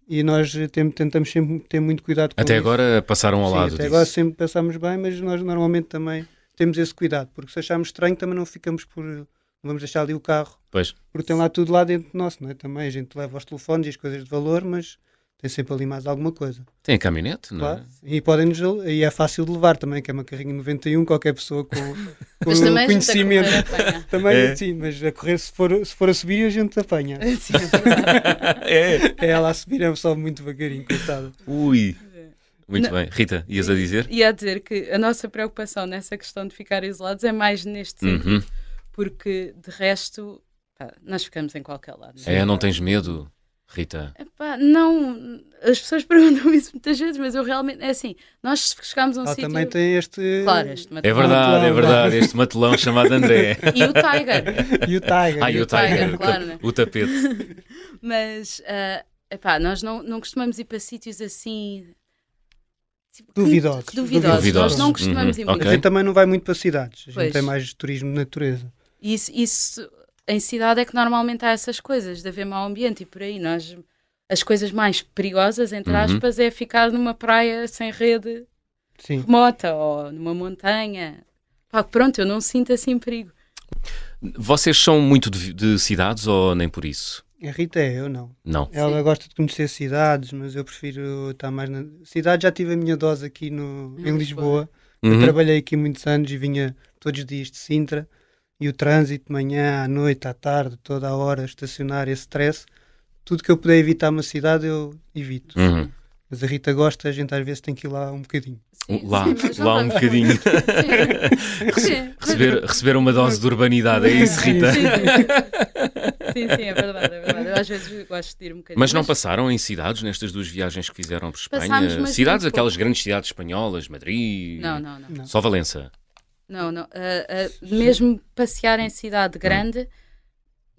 S2: e nós tem- tentamos sempre ter muito cuidado com
S1: Até
S2: isso.
S1: agora passaram ao
S2: Sim,
S1: lado
S2: até
S1: disso.
S2: agora sempre pensámos bem, mas nós normalmente também temos esse cuidado, porque se acharmos estranho também não ficamos por. Não vamos deixar ali o carro,
S1: Pois.
S2: porque tem lá tudo lá dentro nosso, não é? Também a gente leva os telefones e as coisas de valor, mas tem sempre ali mais alguma coisa.
S1: Tem a caminhonete, não
S2: Claro.
S1: é?
S2: E podem-nos. E é fácil de levar também, que é uma carrinha 91, qualquer pessoa com, com
S3: mas também a gente a correr
S2: conhecimento.
S3: apanha.
S2: Também
S1: É.
S2: sim, mas a correr, se for, se for a subir, a gente apanha.
S3: Sim, é verdade.
S1: É.
S2: É ela a subir, é só muito devagarinho, coitada.
S1: Ui. Muito
S3: Não.
S1: bem. Rita, ias a dizer?
S3: E a dizer que a nossa preocupação nessa questão de ficar isolados é mais neste sentido,
S1: Uhum.
S3: porque de resto pá, nós ficamos em qualquer lado. né?
S1: É, não tens medo, Rita? É
S3: Epá, não, as pessoas perguntam isso muitas vezes, mas eu realmente, é assim, nós chegámos a um
S2: Ela
S3: sítio,
S2: também tem este.
S3: claro, este
S1: É
S3: material.
S1: verdade, é
S2: Matelão.
S1: verdade. Este matelão chamado André.
S3: E o Tiger,
S2: E o Tiger.
S1: Ah, e o Tiger,
S3: Tiger, claro, né?
S1: o tapete.
S3: mas, ah, epá, nós não, não costumamos ir para sítios assim... tipo, que-
S2: Duvidosos.
S3: que Duvidosos.
S1: Duvidosos.
S3: Nós não costumamos
S1: Uhum,
S3: ir muito.
S1: ok.
S2: A gente também não vai muito para cidades. A gente
S3: Pois.
S2: tem mais turismo de natureza.
S3: Isso, isso em cidade é que normalmente há essas coisas, de haver mau ambiente e por aí. Nós, as coisas mais perigosas, entre
S1: Uhum.
S3: aspas, é ficar numa praia sem rede
S2: Sim.
S3: remota ou numa montanha. Pá, pronto, eu não sinto assim perigo.
S1: Vocês são muito de, de cidades ou nem por isso?
S2: A Rita é, eu não.
S1: Não.
S2: Ela gosta de conhecer cidades, mas eu prefiro estar mais na. Cidade já tive a minha dose aqui no,
S3: Em
S2: em Lisboa. Eu
S1: Uhum.
S2: trabalhei aqui muitos anos e vinha todos os dias de Sintra. E o trânsito, de manhã, à noite, à tarde, toda a hora, estacionar, esse stress. Tudo que eu puder evitar uma cidade, eu evito.
S1: Uhum.
S2: Mas a Rita gosta, a gente às vezes tem que ir lá um bocadinho.
S3: Sim,
S1: Lá,
S3: sim, mas não
S1: lá um
S3: vamos
S1: bocadinho.
S3: muito. Sim. Sim.
S1: Receber, receber uma dose de urbanidade, é isso, Rita?
S3: Sim, sim. Sim, sim, é verdade, é verdade. Eu às vezes gosto de ir um bocadinho.
S1: Mas não passaram em cidades nestas duas viagens que fizeram para
S3: Passámos,
S1: Espanha?
S3: mas
S1: Cidades,
S3: muito
S1: aquelas grandes cidades espanholas, Madrid,
S3: Não, não, não.
S2: Não.
S1: só Valença.
S3: Não, não. Ah, ah, mesmo passear em cidade grande,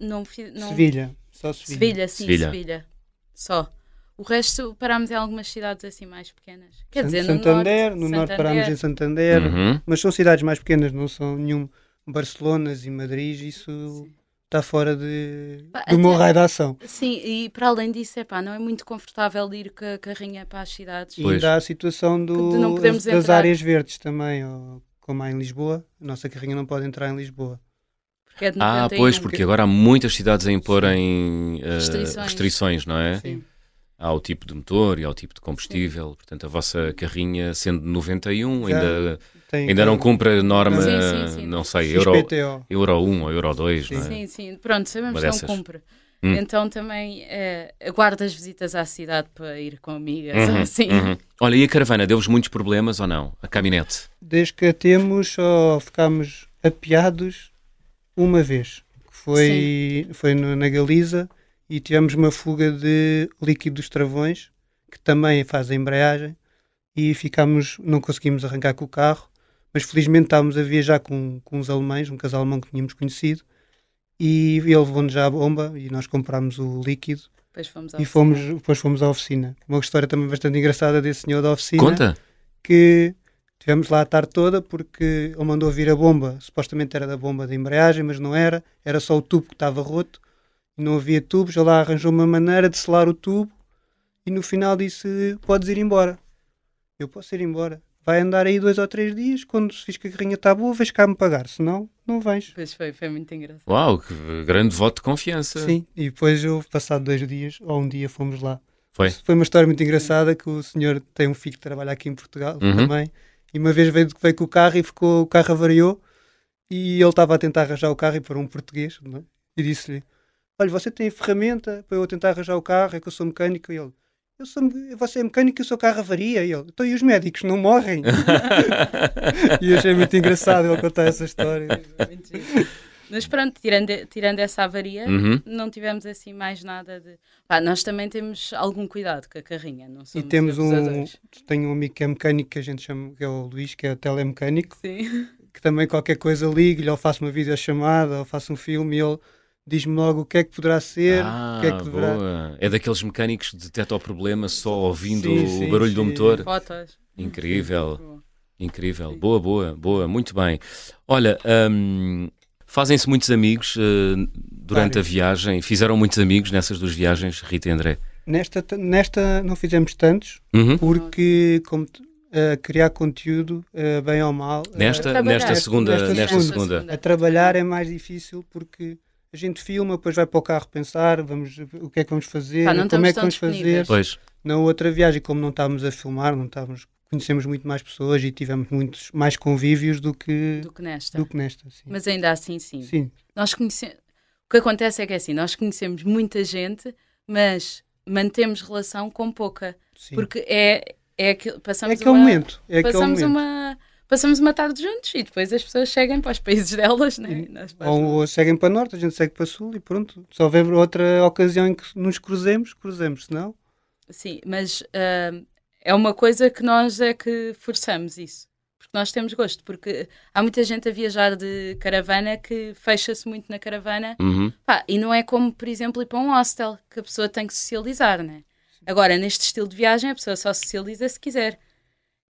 S3: não fiz. Não...
S2: Sevilha. Só Sevilha.
S3: Sevilha, sim,
S1: Sevilha.
S3: Sevilha. Só. O resto parámos em algumas cidades assim mais pequenas. Quer
S2: Sant-
S3: dizer, no
S2: Santander,
S3: norte,
S2: no norte
S3: Santander.
S2: parámos em Santander,
S1: Uhum.
S2: mas são cidades mais pequenas, não são nenhum Barcelonas e Madrid, isso está fora de,
S3: Pá,
S2: do meu
S3: até-
S2: raio de ação.
S3: Sim, e para além disso, é pá, não é muito confortável ir com a carrinha para as cidades.
S2: E
S1: Pois.
S2: ainda há a situação do-
S3: Que não podemos
S2: das das
S3: entrar.
S2: áreas verdes também, ou, como há em Lisboa, a nossa carrinha não pode entrar em Lisboa.
S3: Porque é de
S1: Ah,
S3: 91.
S1: pois, porque agora há muitas cidades a imporem eh, restrições.
S3: Restrições.
S1: não é?
S2: Sim.
S1: Ao tipo de motor e ao tipo de combustível. Portanto, a vossa carrinha, sendo 91,
S2: Já.
S1: ainda,
S2: Tem
S1: ainda não cumpre a norma,
S3: Sim, sim, sim.
S1: não sei, Euro,
S2: XPTO.
S1: Euro 1 ou Euro 2, não é?
S3: Sim, sim, pronto, sabemos
S1: Uma
S3: que não
S1: dessas.
S3: cumpre.
S1: Hum.
S3: Então também eh, aguardo as visitas à cidade para ir com amigas.
S1: Uhum,
S3: assim.
S1: uhum. Olha, e a caravana, deu-vos muitos problemas ou não? A caminhonete?
S2: Desde que a temos, só ficámos apiados uma vez, que foi, foi no- na Galiza e tivemos uma fuga de líquido dos travões, que também faz a embreagem, e ficámos, não conseguimos arrancar com o carro, mas felizmente estávamos a viajar com, com uns alemães, um casal alemão que tínhamos conhecido, e ele levou-nos já a bomba e nós comprámos o líquido
S3: Depois fomos ao
S2: e fomos, depois fomos à oficina. Uma história também bastante engraçada desse senhor da oficina
S1: Conta?
S2: que tivemos lá a tarde toda porque ele mandou vir a bomba, supostamente era da bomba de embreagem, mas não era, era só o tubo que estava roto, não havia tubos, ele lá arranjou uma maneira de selar o tubo e no final disse, podes ir embora. Eu posso ir embora. Vai andar aí dois ou três dias, quando se fiz que a carrinha está boa, vais cá me pagar, senão não vens.
S3: Pois foi, foi muito engraçado.
S1: Uau, que grande voto de confiança.
S2: Sim, e depois eu, passado dois dias, ou um dia, fomos lá.
S1: Foi?
S2: Foi uma história muito engraçada que o senhor tem um filho que trabalha aqui em Portugal
S1: Uhum.
S2: também e uma vez veio, veio com o carro e ficou, o carro avariou e ele estava a tentar arranjar o carro e para um português não é? e disse-lhe olha, você tem ferramenta para eu tentar arranjar o carro é que eu sou mecânico e ele eu sou, me- você é mecânico e o seu carro avaria e ele, então e os médicos não morrem? e eu achei muito engraçado ele contar essa história
S3: Muito giro. Mas pronto, tirando, tirando essa avaria,
S1: Uhum.
S3: não tivemos assim mais nada de. Pá, nós também temos algum cuidado com a carrinha, não
S2: e
S3: somos
S2: temos um
S3: abusadores.
S2: tenho um amigo que é mecânico que a gente chama, que é o Luís, que é telemecânico
S3: Sim.
S2: que também qualquer coisa ligo-lhe ou faço uma videochamada ou faço um filme e ele diz-me logo o que é que poderá ser,
S1: Ah,
S2: o que é que deverá.
S1: boa. É daqueles mecânicos que detectam o problema só ouvindo
S2: Sim,
S1: o
S2: sim,
S1: barulho do
S2: sim.
S1: motor.
S3: Fotos.
S1: Incrível,
S3: Bom.
S1: incrível. Boa, boa, boa. Muito bem. Olha, hum, Fazem-se muitos amigos eh, durante
S2: Vários.
S1: a viagem. Fizeram muitos amigos nessas duas viagens, Rita e André.
S2: Nesta, nesta não fizemos tantos,
S1: Uhum.
S2: porque como t- a criar conteúdo, eh, bem ou mal, eh,
S1: Nesta,
S3: É, trabalhar.
S1: nesta segunda,
S2: Nesta
S1: nesta
S3: segunda.
S1: segunda.
S2: a trabalhar é mais difícil porque a gente filma, depois vai para o carro pensar, vamos o que é que vamos fazer,
S3: Pá, não
S2: como
S3: estamos
S2: é que
S3: tão
S2: vamos fazer.
S3: disponíveis.
S1: Pois,
S2: Na outra viagem, como não estávamos a filmar, não estávamos, conhecemos muito mais pessoas e tivemos muitos mais convívios do que,
S3: do que nesta.
S2: do que nesta. Sim.
S3: Mas ainda assim, sim.
S2: Sim.
S3: Nós conhecemos. O que acontece é que é assim, nós conhecemos muita gente, mas mantemos relação com pouca.
S2: sim.
S3: Porque é, é aquilo.
S2: é
S3: Passamos
S2: aquele
S3: uma,
S2: momento. É aquele
S3: passamos
S2: momento.
S3: uma. Passamos uma tarde juntos e depois as pessoas seguem para os países delas, né?
S2: E-
S3: E nós para os
S2: Ou, um
S3: nossos.
S2: ou seguem para norte, a gente segue para sul e pronto. Se houver outra ocasião em que nos cruzemos, cruzemos, senão.
S3: Sim, mas ah, é uma coisa que nós é que forçamos isso. Porque nós temos gosto. Porque há muita gente a viajar de caravana que fecha-se muito na caravana
S1: uhum.
S3: Pá, e não é como, por exemplo, ir para um hostel, que a pessoa tem que socializar, né? Agora, neste estilo de viagem, a pessoa só socializa se quiser.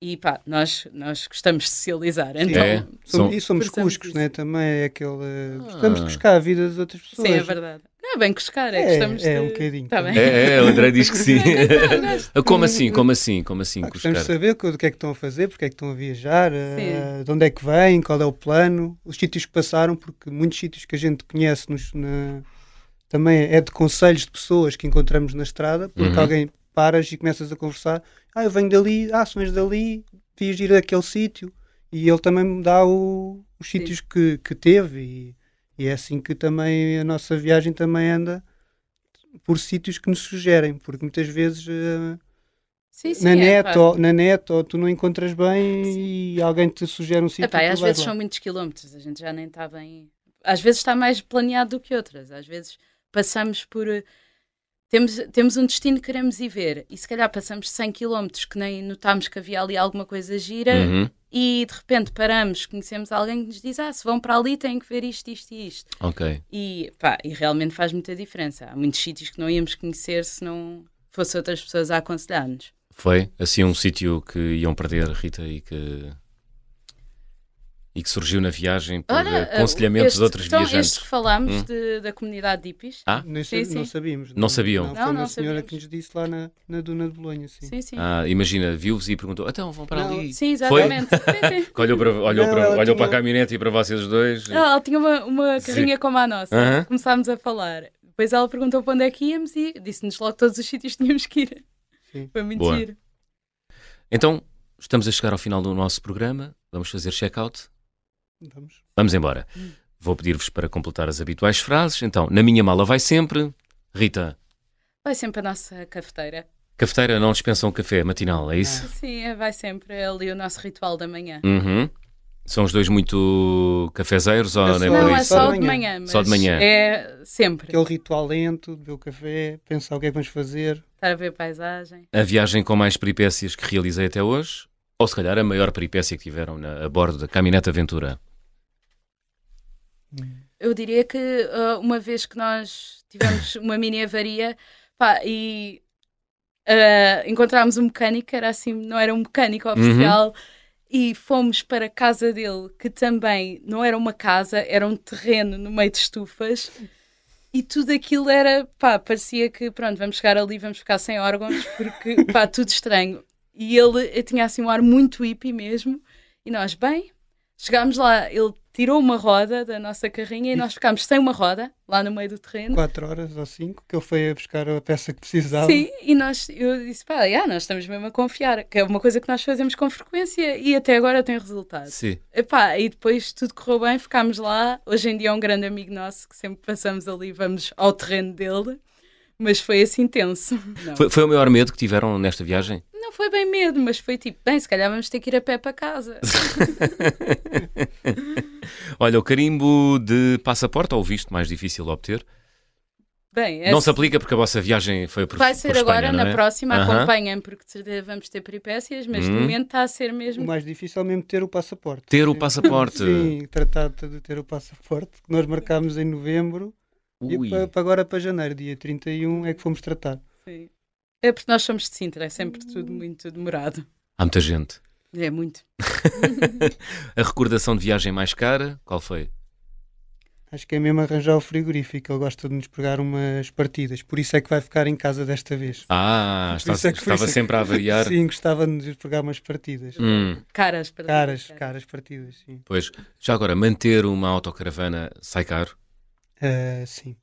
S3: E pá, nós, nós gostamos de socializar. Então,
S1: É,
S2: Somos,
S1: são-
S2: E somos
S3: Forçamos
S2: cuscos,
S3: isso.
S2: né? Também é aquele.
S1: Ah.
S2: Gostamos de cuscar a vida das outras pessoas.
S3: sim, é verdade. Não é bem cuscar, é,
S2: É,
S3: gostamos
S2: é
S3: de...
S2: um bocadinho.
S3: Tá bem.
S1: É, é, o André diz que sim. como assim, como assim, como assim,
S2: Ah, gostamos de
S1: Cuscar?
S2: saber co- do que é que estão a fazer, porque é que estão a viajar, eh, de onde é que vêm, qual é o plano, os sítios que passaram, porque muitos sítios que a gente conhece nos- na- também é de conselhos de pessoas que encontramos na estrada, porque
S1: Uhum.
S2: alguém paras e começas a conversar, ah, eu venho dali, ah, se vens dali, devias ir àquele sítio, e ele também me dá o- os
S3: Sim.
S2: sítios que, que teve, e, e é assim que também a nossa viagem também anda por sítios que nos sugerem, porque muitas vezes... eh,
S3: Sim, sim,
S2: na,
S3: é,
S2: net,
S3: pá.
S2: ou, na net, ou tu não encontras bem e alguém te sugere um sítio.
S3: Epá,
S2: e tu
S3: É, às
S2: vais
S3: vezes
S2: lá.
S3: são muitos quilómetros, a gente já nem está bem. Às vezes está mais planeado do que outras. Às vezes passamos por. eh, Temos, temos um destino que queremos ir ver e se calhar passamos 100 quilómetros que nem notámos que havia ali alguma coisa gira
S1: Uhum.
S3: e de repente paramos, conhecemos alguém que nos diz: Ah, se vão para ali têm que ver isto, isto e isto.
S1: Ok.
S3: E, pá, e realmente faz muita diferença. Há muitos sítios que não íamos conhecer se não fosse outras pessoas a aconselhar-nos.
S1: Foi assim um sítio que iam perder, Rita, e que. E que surgiu na viagem por
S3: Olha,
S1: eh, aconselhamentos
S3: este-
S1: de outros
S3: então,
S1: viajantes.
S3: Este que falámos
S1: Hum.
S3: de- da comunidade de hippies.
S1: Ah,
S2: Nem
S3: Sim,
S2: sa- Não
S3: sim.
S2: sabíamos.
S1: Não sabiam.
S2: foi
S3: Não,
S2: uma
S3: não
S2: senhora que
S3: sabíamos.
S2: nos disse lá na, na Duna de Bolonha. Sim.
S3: Sim, sim.
S1: ah, imagina, viu-vos e perguntou: então vão para
S2: Não,
S1: ali.
S3: Sim, exatamente. Sim, sim.
S1: Que Olhou, para, olhou,
S2: Não,
S1: para,
S2: ela
S1: olhou para a
S2: tinha-
S1: caminhonete e para vocês dois.
S3: Ela, ela tinha uma, uma carrinha como a nossa.
S1: Aham.
S3: Começámos a falar. Depois ela perguntou para onde é que íamos e disse-nos logo todos os sítios que tínhamos que ir.
S2: Sim.
S3: Foi muito
S1: Boa.
S3: giro.
S1: Então, estamos a chegar ao final do nosso programa. Vamos fazer check-out.
S2: Vamos.
S1: Vamos embora.
S3: Hum.
S1: Vou pedir-vos para completar as habituais frases. Então, na minha mala vai sempre. Rita,
S3: Vai sempre a nossa cafeteira.
S1: cafeteira não dispensa um café matinal, é isso?
S3: Sim, é- vai sempre é ali o nosso ritual da manhã.
S1: Uhum. São os dois muito cafezeiros ou nem
S2: É só-
S1: por
S3: Não, é
S1: isso?
S3: só de manhã. mas
S1: Só de manhã.
S3: É sempre.
S2: Aquele ritual lento, beber o café, pensar o que é que vamos fazer.
S3: Estar a ver paisagem.
S1: A viagem com mais peripécias que realizei até hoje? Ou se calhar a maior peripécia que tiveram na- a bordo da Caminhonete Aventura?
S3: Eu diria que ah, uma vez que nós tivemos uma mini avaria pá, e ah, encontrámos um mecânico, era assim, não era um mecânico
S1: Uhum.
S3: oficial, e fomos para a casa dele, que também não era uma casa, era um terreno no meio de estufas. E tudo aquilo era, pá, parecia que, pronto, vamos chegar ali, vamos ficar sem órgãos, porque, pá, tudo estranho. E ele eh, tinha assim um ar muito hippie mesmo. E nós, bem, chegámos lá, ele tirou uma roda da nossa carrinha e nós ficámos sem uma roda, lá no meio do terreno.
S2: quatro horas ou cinco que ele foi a buscar a peça que precisava.
S3: Sim, e nós, eu disse, pá, yeah, nós estamos mesmo a confiar, que é uma coisa que nós fazemos com frequência e até agora tem resultado.
S1: Sim.
S3: Epá, e depois tudo correu bem, ficámos lá. Hoje em dia é um grande amigo nosso que sempre passamos ali, vamos ao terreno dele, mas foi assim tenso. Não
S1: Foi, foi o maior medo que tiveram nesta viagem?
S3: não foi bem medo, mas foi tipo, bem, se calhar vamos ter que ir a pé para casa.
S1: Olha, o carimbo de passaporte ou o visto mais difícil de obter?
S3: Bem,
S1: Não
S3: esse
S1: se aplica porque a vossa viagem foi por,
S3: vai ser
S1: por Espanha,
S3: agora,
S1: não
S3: na
S1: é?
S3: próxima,
S1: Aham.
S3: acompanhem, porque de certeza vamos ter peripécias, mas de
S1: Hum.
S3: momento está a ser
S2: O
S3: mesmo.
S2: mais difícil é mesmo ter o passaporte.
S1: Ter o
S2: Sim.
S1: passaporte.
S2: Sim, tratar de ter o passaporte, que nós marcámos em novembro
S1: Ui.
S2: e para, para agora para janeiro, dia 31, é que fomos tratar.
S3: Sim. É porque nós somos de Sintra, é sempre tudo muito demorado.
S1: Há muita gente.
S3: É muito.
S1: A recordação de viagem mais cara, qual foi?
S2: Acho que é mesmo arranjar o frigorífico. Ele gosta de nos pegar umas partidas. Por isso é que vai ficar em casa desta vez.
S1: Ah,
S2: Por
S1: está-
S2: isso é que- por
S1: estava
S2: isso é que-
S1: sempre a avariar.
S2: Sim, gostava de nos pegar umas partidas.
S1: Hum,
S3: Caras, para
S2: Caras, caras partidas, sim.
S1: pois, já agora, manter uma autocaravana sai caro.
S2: Ah, sim.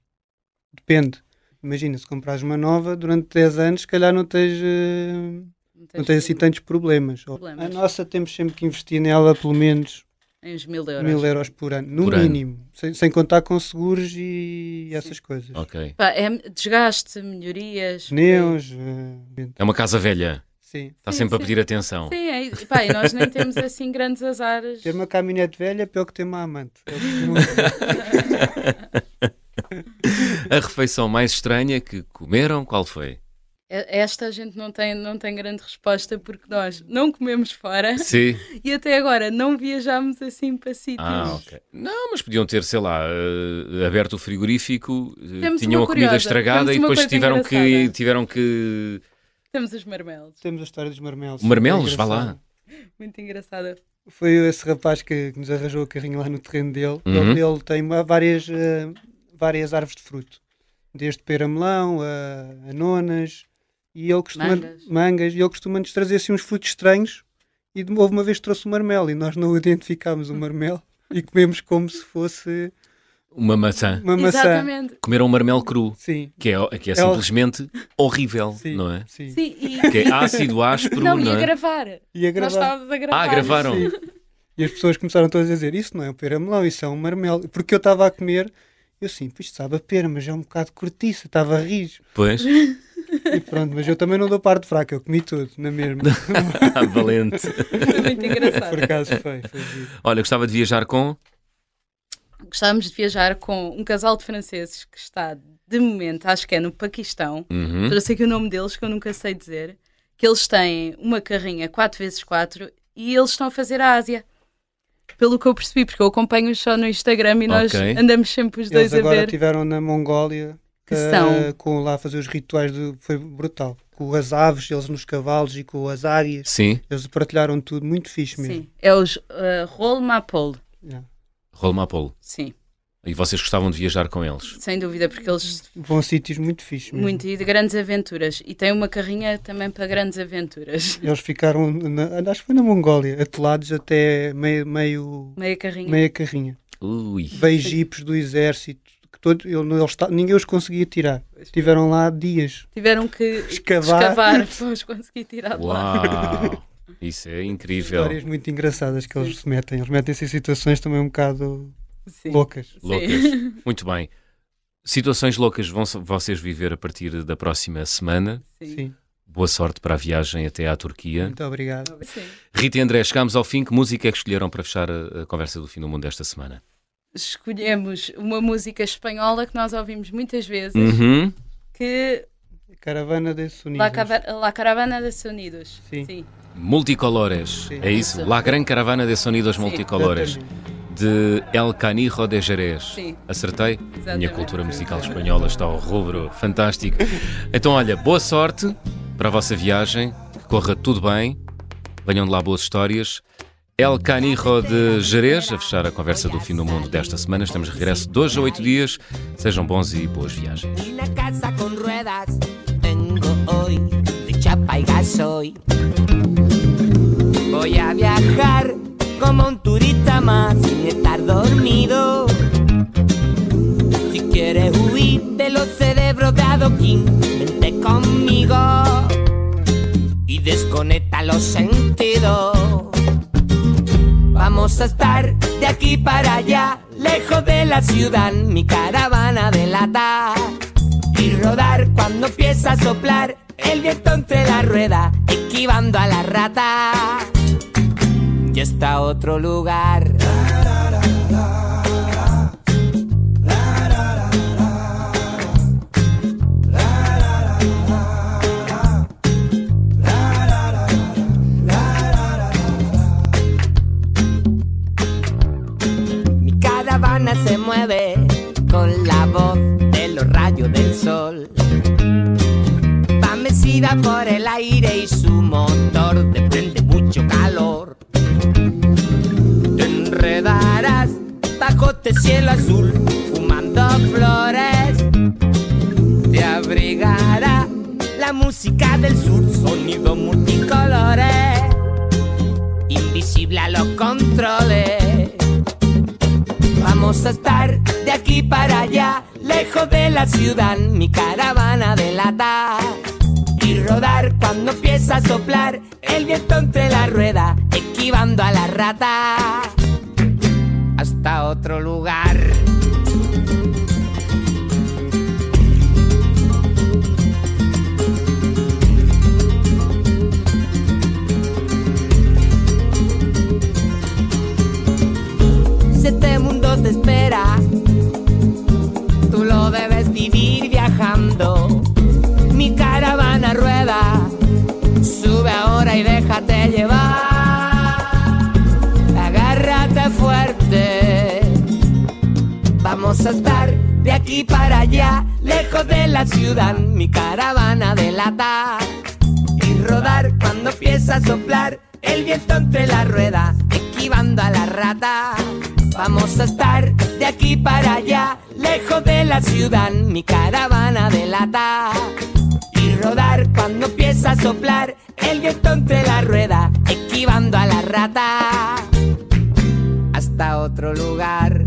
S2: Depende. Imagina, se comprares uma nova, durante 10 anos, se calhar não tens, ah, não tens assim tantos problemas. Ou,
S3: Problemas.
S2: A nossa temos sempre que investir nela pelo menos
S3: Em uns mil euros.
S2: mil euros por ano, no
S1: Por ano.
S2: mínimo, Sem, sem contar com seguros e essas coisas.
S1: Ok.
S3: Pá, é desgaste, melhorias.
S2: Pneus, ah,
S1: É uma casa velha,
S2: sim.
S1: está
S3: Sim,
S1: sempre a
S3: sim.
S1: pedir atenção.
S3: Sim, é, isso. pá, e nós nem temos assim grandes azares.
S2: Ter uma caminhonete velha é pior que ter uma amante. É o que costumam dizer.
S1: A refeição mais estranha que comeram, qual foi?
S3: É- Esta a gente não tem, não tem grande resposta porque nós não comemos fora
S1: Sim.
S3: e até agora não viajámos assim para sítios.
S1: Ah, ok. Não, mas podiam ter, sei lá, eh, aberto o frigorífico, eh,
S3: Temos
S1: tinham
S3: uma
S1: a comida
S3: curiosa,
S1: estragada
S3: temos
S1: e
S3: uma
S1: depois
S3: coisa
S1: tiveram que,
S3: engraçada.
S1: tiveram que.
S3: Temos os marmelos.
S2: Temos a história dos marmelos.
S1: Marmelos,
S2: É
S1: vá lá.
S2: engraçado.
S3: Muito engraçada.
S2: Foi esse rapaz que, que nos arranjou o carrinho lá no terreno dele.
S1: Uhum.
S2: Ele, ele tem uma- várias, eh, várias árvores de fruto. Desde pera-melão a, a nonas. E ele costuma,
S3: Mangas.
S2: E ele costuma nos trazer assim, uns frutos estranhos. E de- houve uma vez que trouxe um marmelo e nós não identificámos o marmelo. E comemos como se fosse
S1: Uma maçã.
S2: uma maçã.
S3: Exatamente.
S1: Comeram um marmelo cru,
S2: Sim.
S1: que é, que é
S2: É o-
S1: simplesmente horrível,
S2: Sim,
S1: não é?
S2: sim.
S3: Sim, e...
S1: Que é ácido, áspero, não,
S3: Não, e a
S1: é?
S3: gravar.
S2: E a
S3: Nós
S2: gravar.
S3: estávamos a gravar.
S1: Ah, gravaram.
S2: Sim. E as pessoas começaram todas a dizer: Isso não é um pera-melão, isso é um marmelo. Porque eu estava a comer, eu assim, "Pô, isto sabe a pera, mas é um bocado cortiça, estava a rijo.
S1: Pois,
S2: E pronto, mas eu também não dou parte fraca, eu comi tudo, na mesma.
S1: Ah, valente.
S3: Foi muito
S2: Por
S3: engraçado.
S2: acaso foi, foi giro.
S1: Olha, gostava de viajar com.
S3: Gostávamos de viajar com um casal de franceses que está, de momento, acho que é no Paquistão.
S1: Uhum.
S3: Eu sei que o nome deles, que eu nunca sei dizer, que eles têm uma carrinha 4x4 e eles estão a fazer a Ásia. Pelo que eu percebi, porque eu acompanho-os só no Instagram e nós
S1: Ok.
S3: andamos sempre os dois
S2: Eles
S3: a
S2: agora
S3: ver.
S2: estiveram na Mongólia
S3: Que
S2: eh,
S3: são?
S2: com lá a fazer os rituais, do, foi brutal. Com as aves, eles nos cavalos e com as águias.
S1: Sim,
S2: Eles partilharam tudo, muito fixe mesmo.
S3: Sim, é os uh, Rol Mapol.
S2: Yeah.
S1: Rolmapolo.
S3: Sim,
S1: E vocês gostavam de viajar com eles?
S3: sem dúvida, porque eles
S2: Vão a sítios muito fixe mesmo.
S3: muito e de grandes aventuras e têm uma carrinha também para grandes aventuras.
S2: Eles ficaram, na- acho que foi na Mongólia, atelados até meio, meio
S3: Meia carrinha.
S2: meia carrinha.
S1: Ui.
S2: Veio jipes do exército, que todo, ele- não- eles ta- ninguém os conseguia tirar. Estiveram lá dias.
S3: Tiveram que
S2: Escavar.
S3: escavar para os conseguir tirar de lá.
S1: Uau! Isso é incrível.
S2: Histórias muito engraçadas que eles se metem. Eles metem-se em situações também um bocado
S3: Sim.
S2: loucas.
S3: Sim.
S1: Loucas. Muito bem. Situações loucas vão vocês viver a partir da próxima semana.
S3: Sim.
S2: Sim.
S1: Boa sorte para a viagem até à Turquia.
S2: Muito obrigado.
S3: Sim.
S1: Rita e André, chegámos ao fim. Que música é que escolheram para fechar a, a conversa do fim do mundo desta semana?
S3: escolhemos uma música espanhola que nós ouvimos muitas vezes,
S2: Hum.
S1: Uhum.
S3: que
S2: Caravana de Sonidos.
S3: La, Cava- La Caravana de Sonidos.
S2: Sim.
S1: Multicolores.
S2: Sim.
S1: É isso. La Gran Caravana de Sonidos Multicolores.
S2: Exatamente.
S1: De El Canijo de Jerez.
S3: Sim.
S1: Acertei?
S3: Exatamente.
S1: Minha cultura musical espanhola está ao rubro. Fantástico. Então, olha, boa sorte para a vossa viagem. Que corra tudo bem. Venham de lá boas histórias. El Canijo de Jerez, a fechar a conversa do fim do mundo desta semana. Estamos de regresso dois a oito dias. Sejam bons e boas viagens.
S4: Una casa con ruedas vengo hoy de chapa y gasoil. Voy a viajar como un turista más sin estar dormido. Si quieres huir de los cerebros de adoquín, vente conmigo y desconecta los sentidos. Vamos a estar de aquí para allá, lejos de la ciudad, mi caravana delata. Y rodar cuando empieza a soplar el viento entre la rueda, esquivando a la rata. Y está otro lugar. Mi caravana se mueve con la voz de los rayos del sol. Va mecida por el aire y su motor desprende mucho calor. Te enredarás bajo este cielo azul, fumando flores, te abrigará la música del sur, sonido multicolores, invisible a los controles. Vamos a estar de aquí para allá, lejos de la ciudad, mi caravana de lata. Y rodar cuando empieza a soplar el viento entre la rueda, esquivando a la rata. Hasta otro lugar. Si este mundo te espera, tú lo debes vivir viajando. Mi caravana rueda, sube ahora y déjate llevar. Agárrate fuerte. Vamos a estar de aquí para allá, lejos de la ciudad, mi caravana de lata. Y rodar cuando empieza a soplar el viento entre la rueda, esquivando a la rata. Vamos a estar de aquí para allá, lejos de la ciudad, mi caravana de lata. Y rodar cuando empieza a soplar el viento entre la rueda, esquivando a la rata. Hasta otro lugar.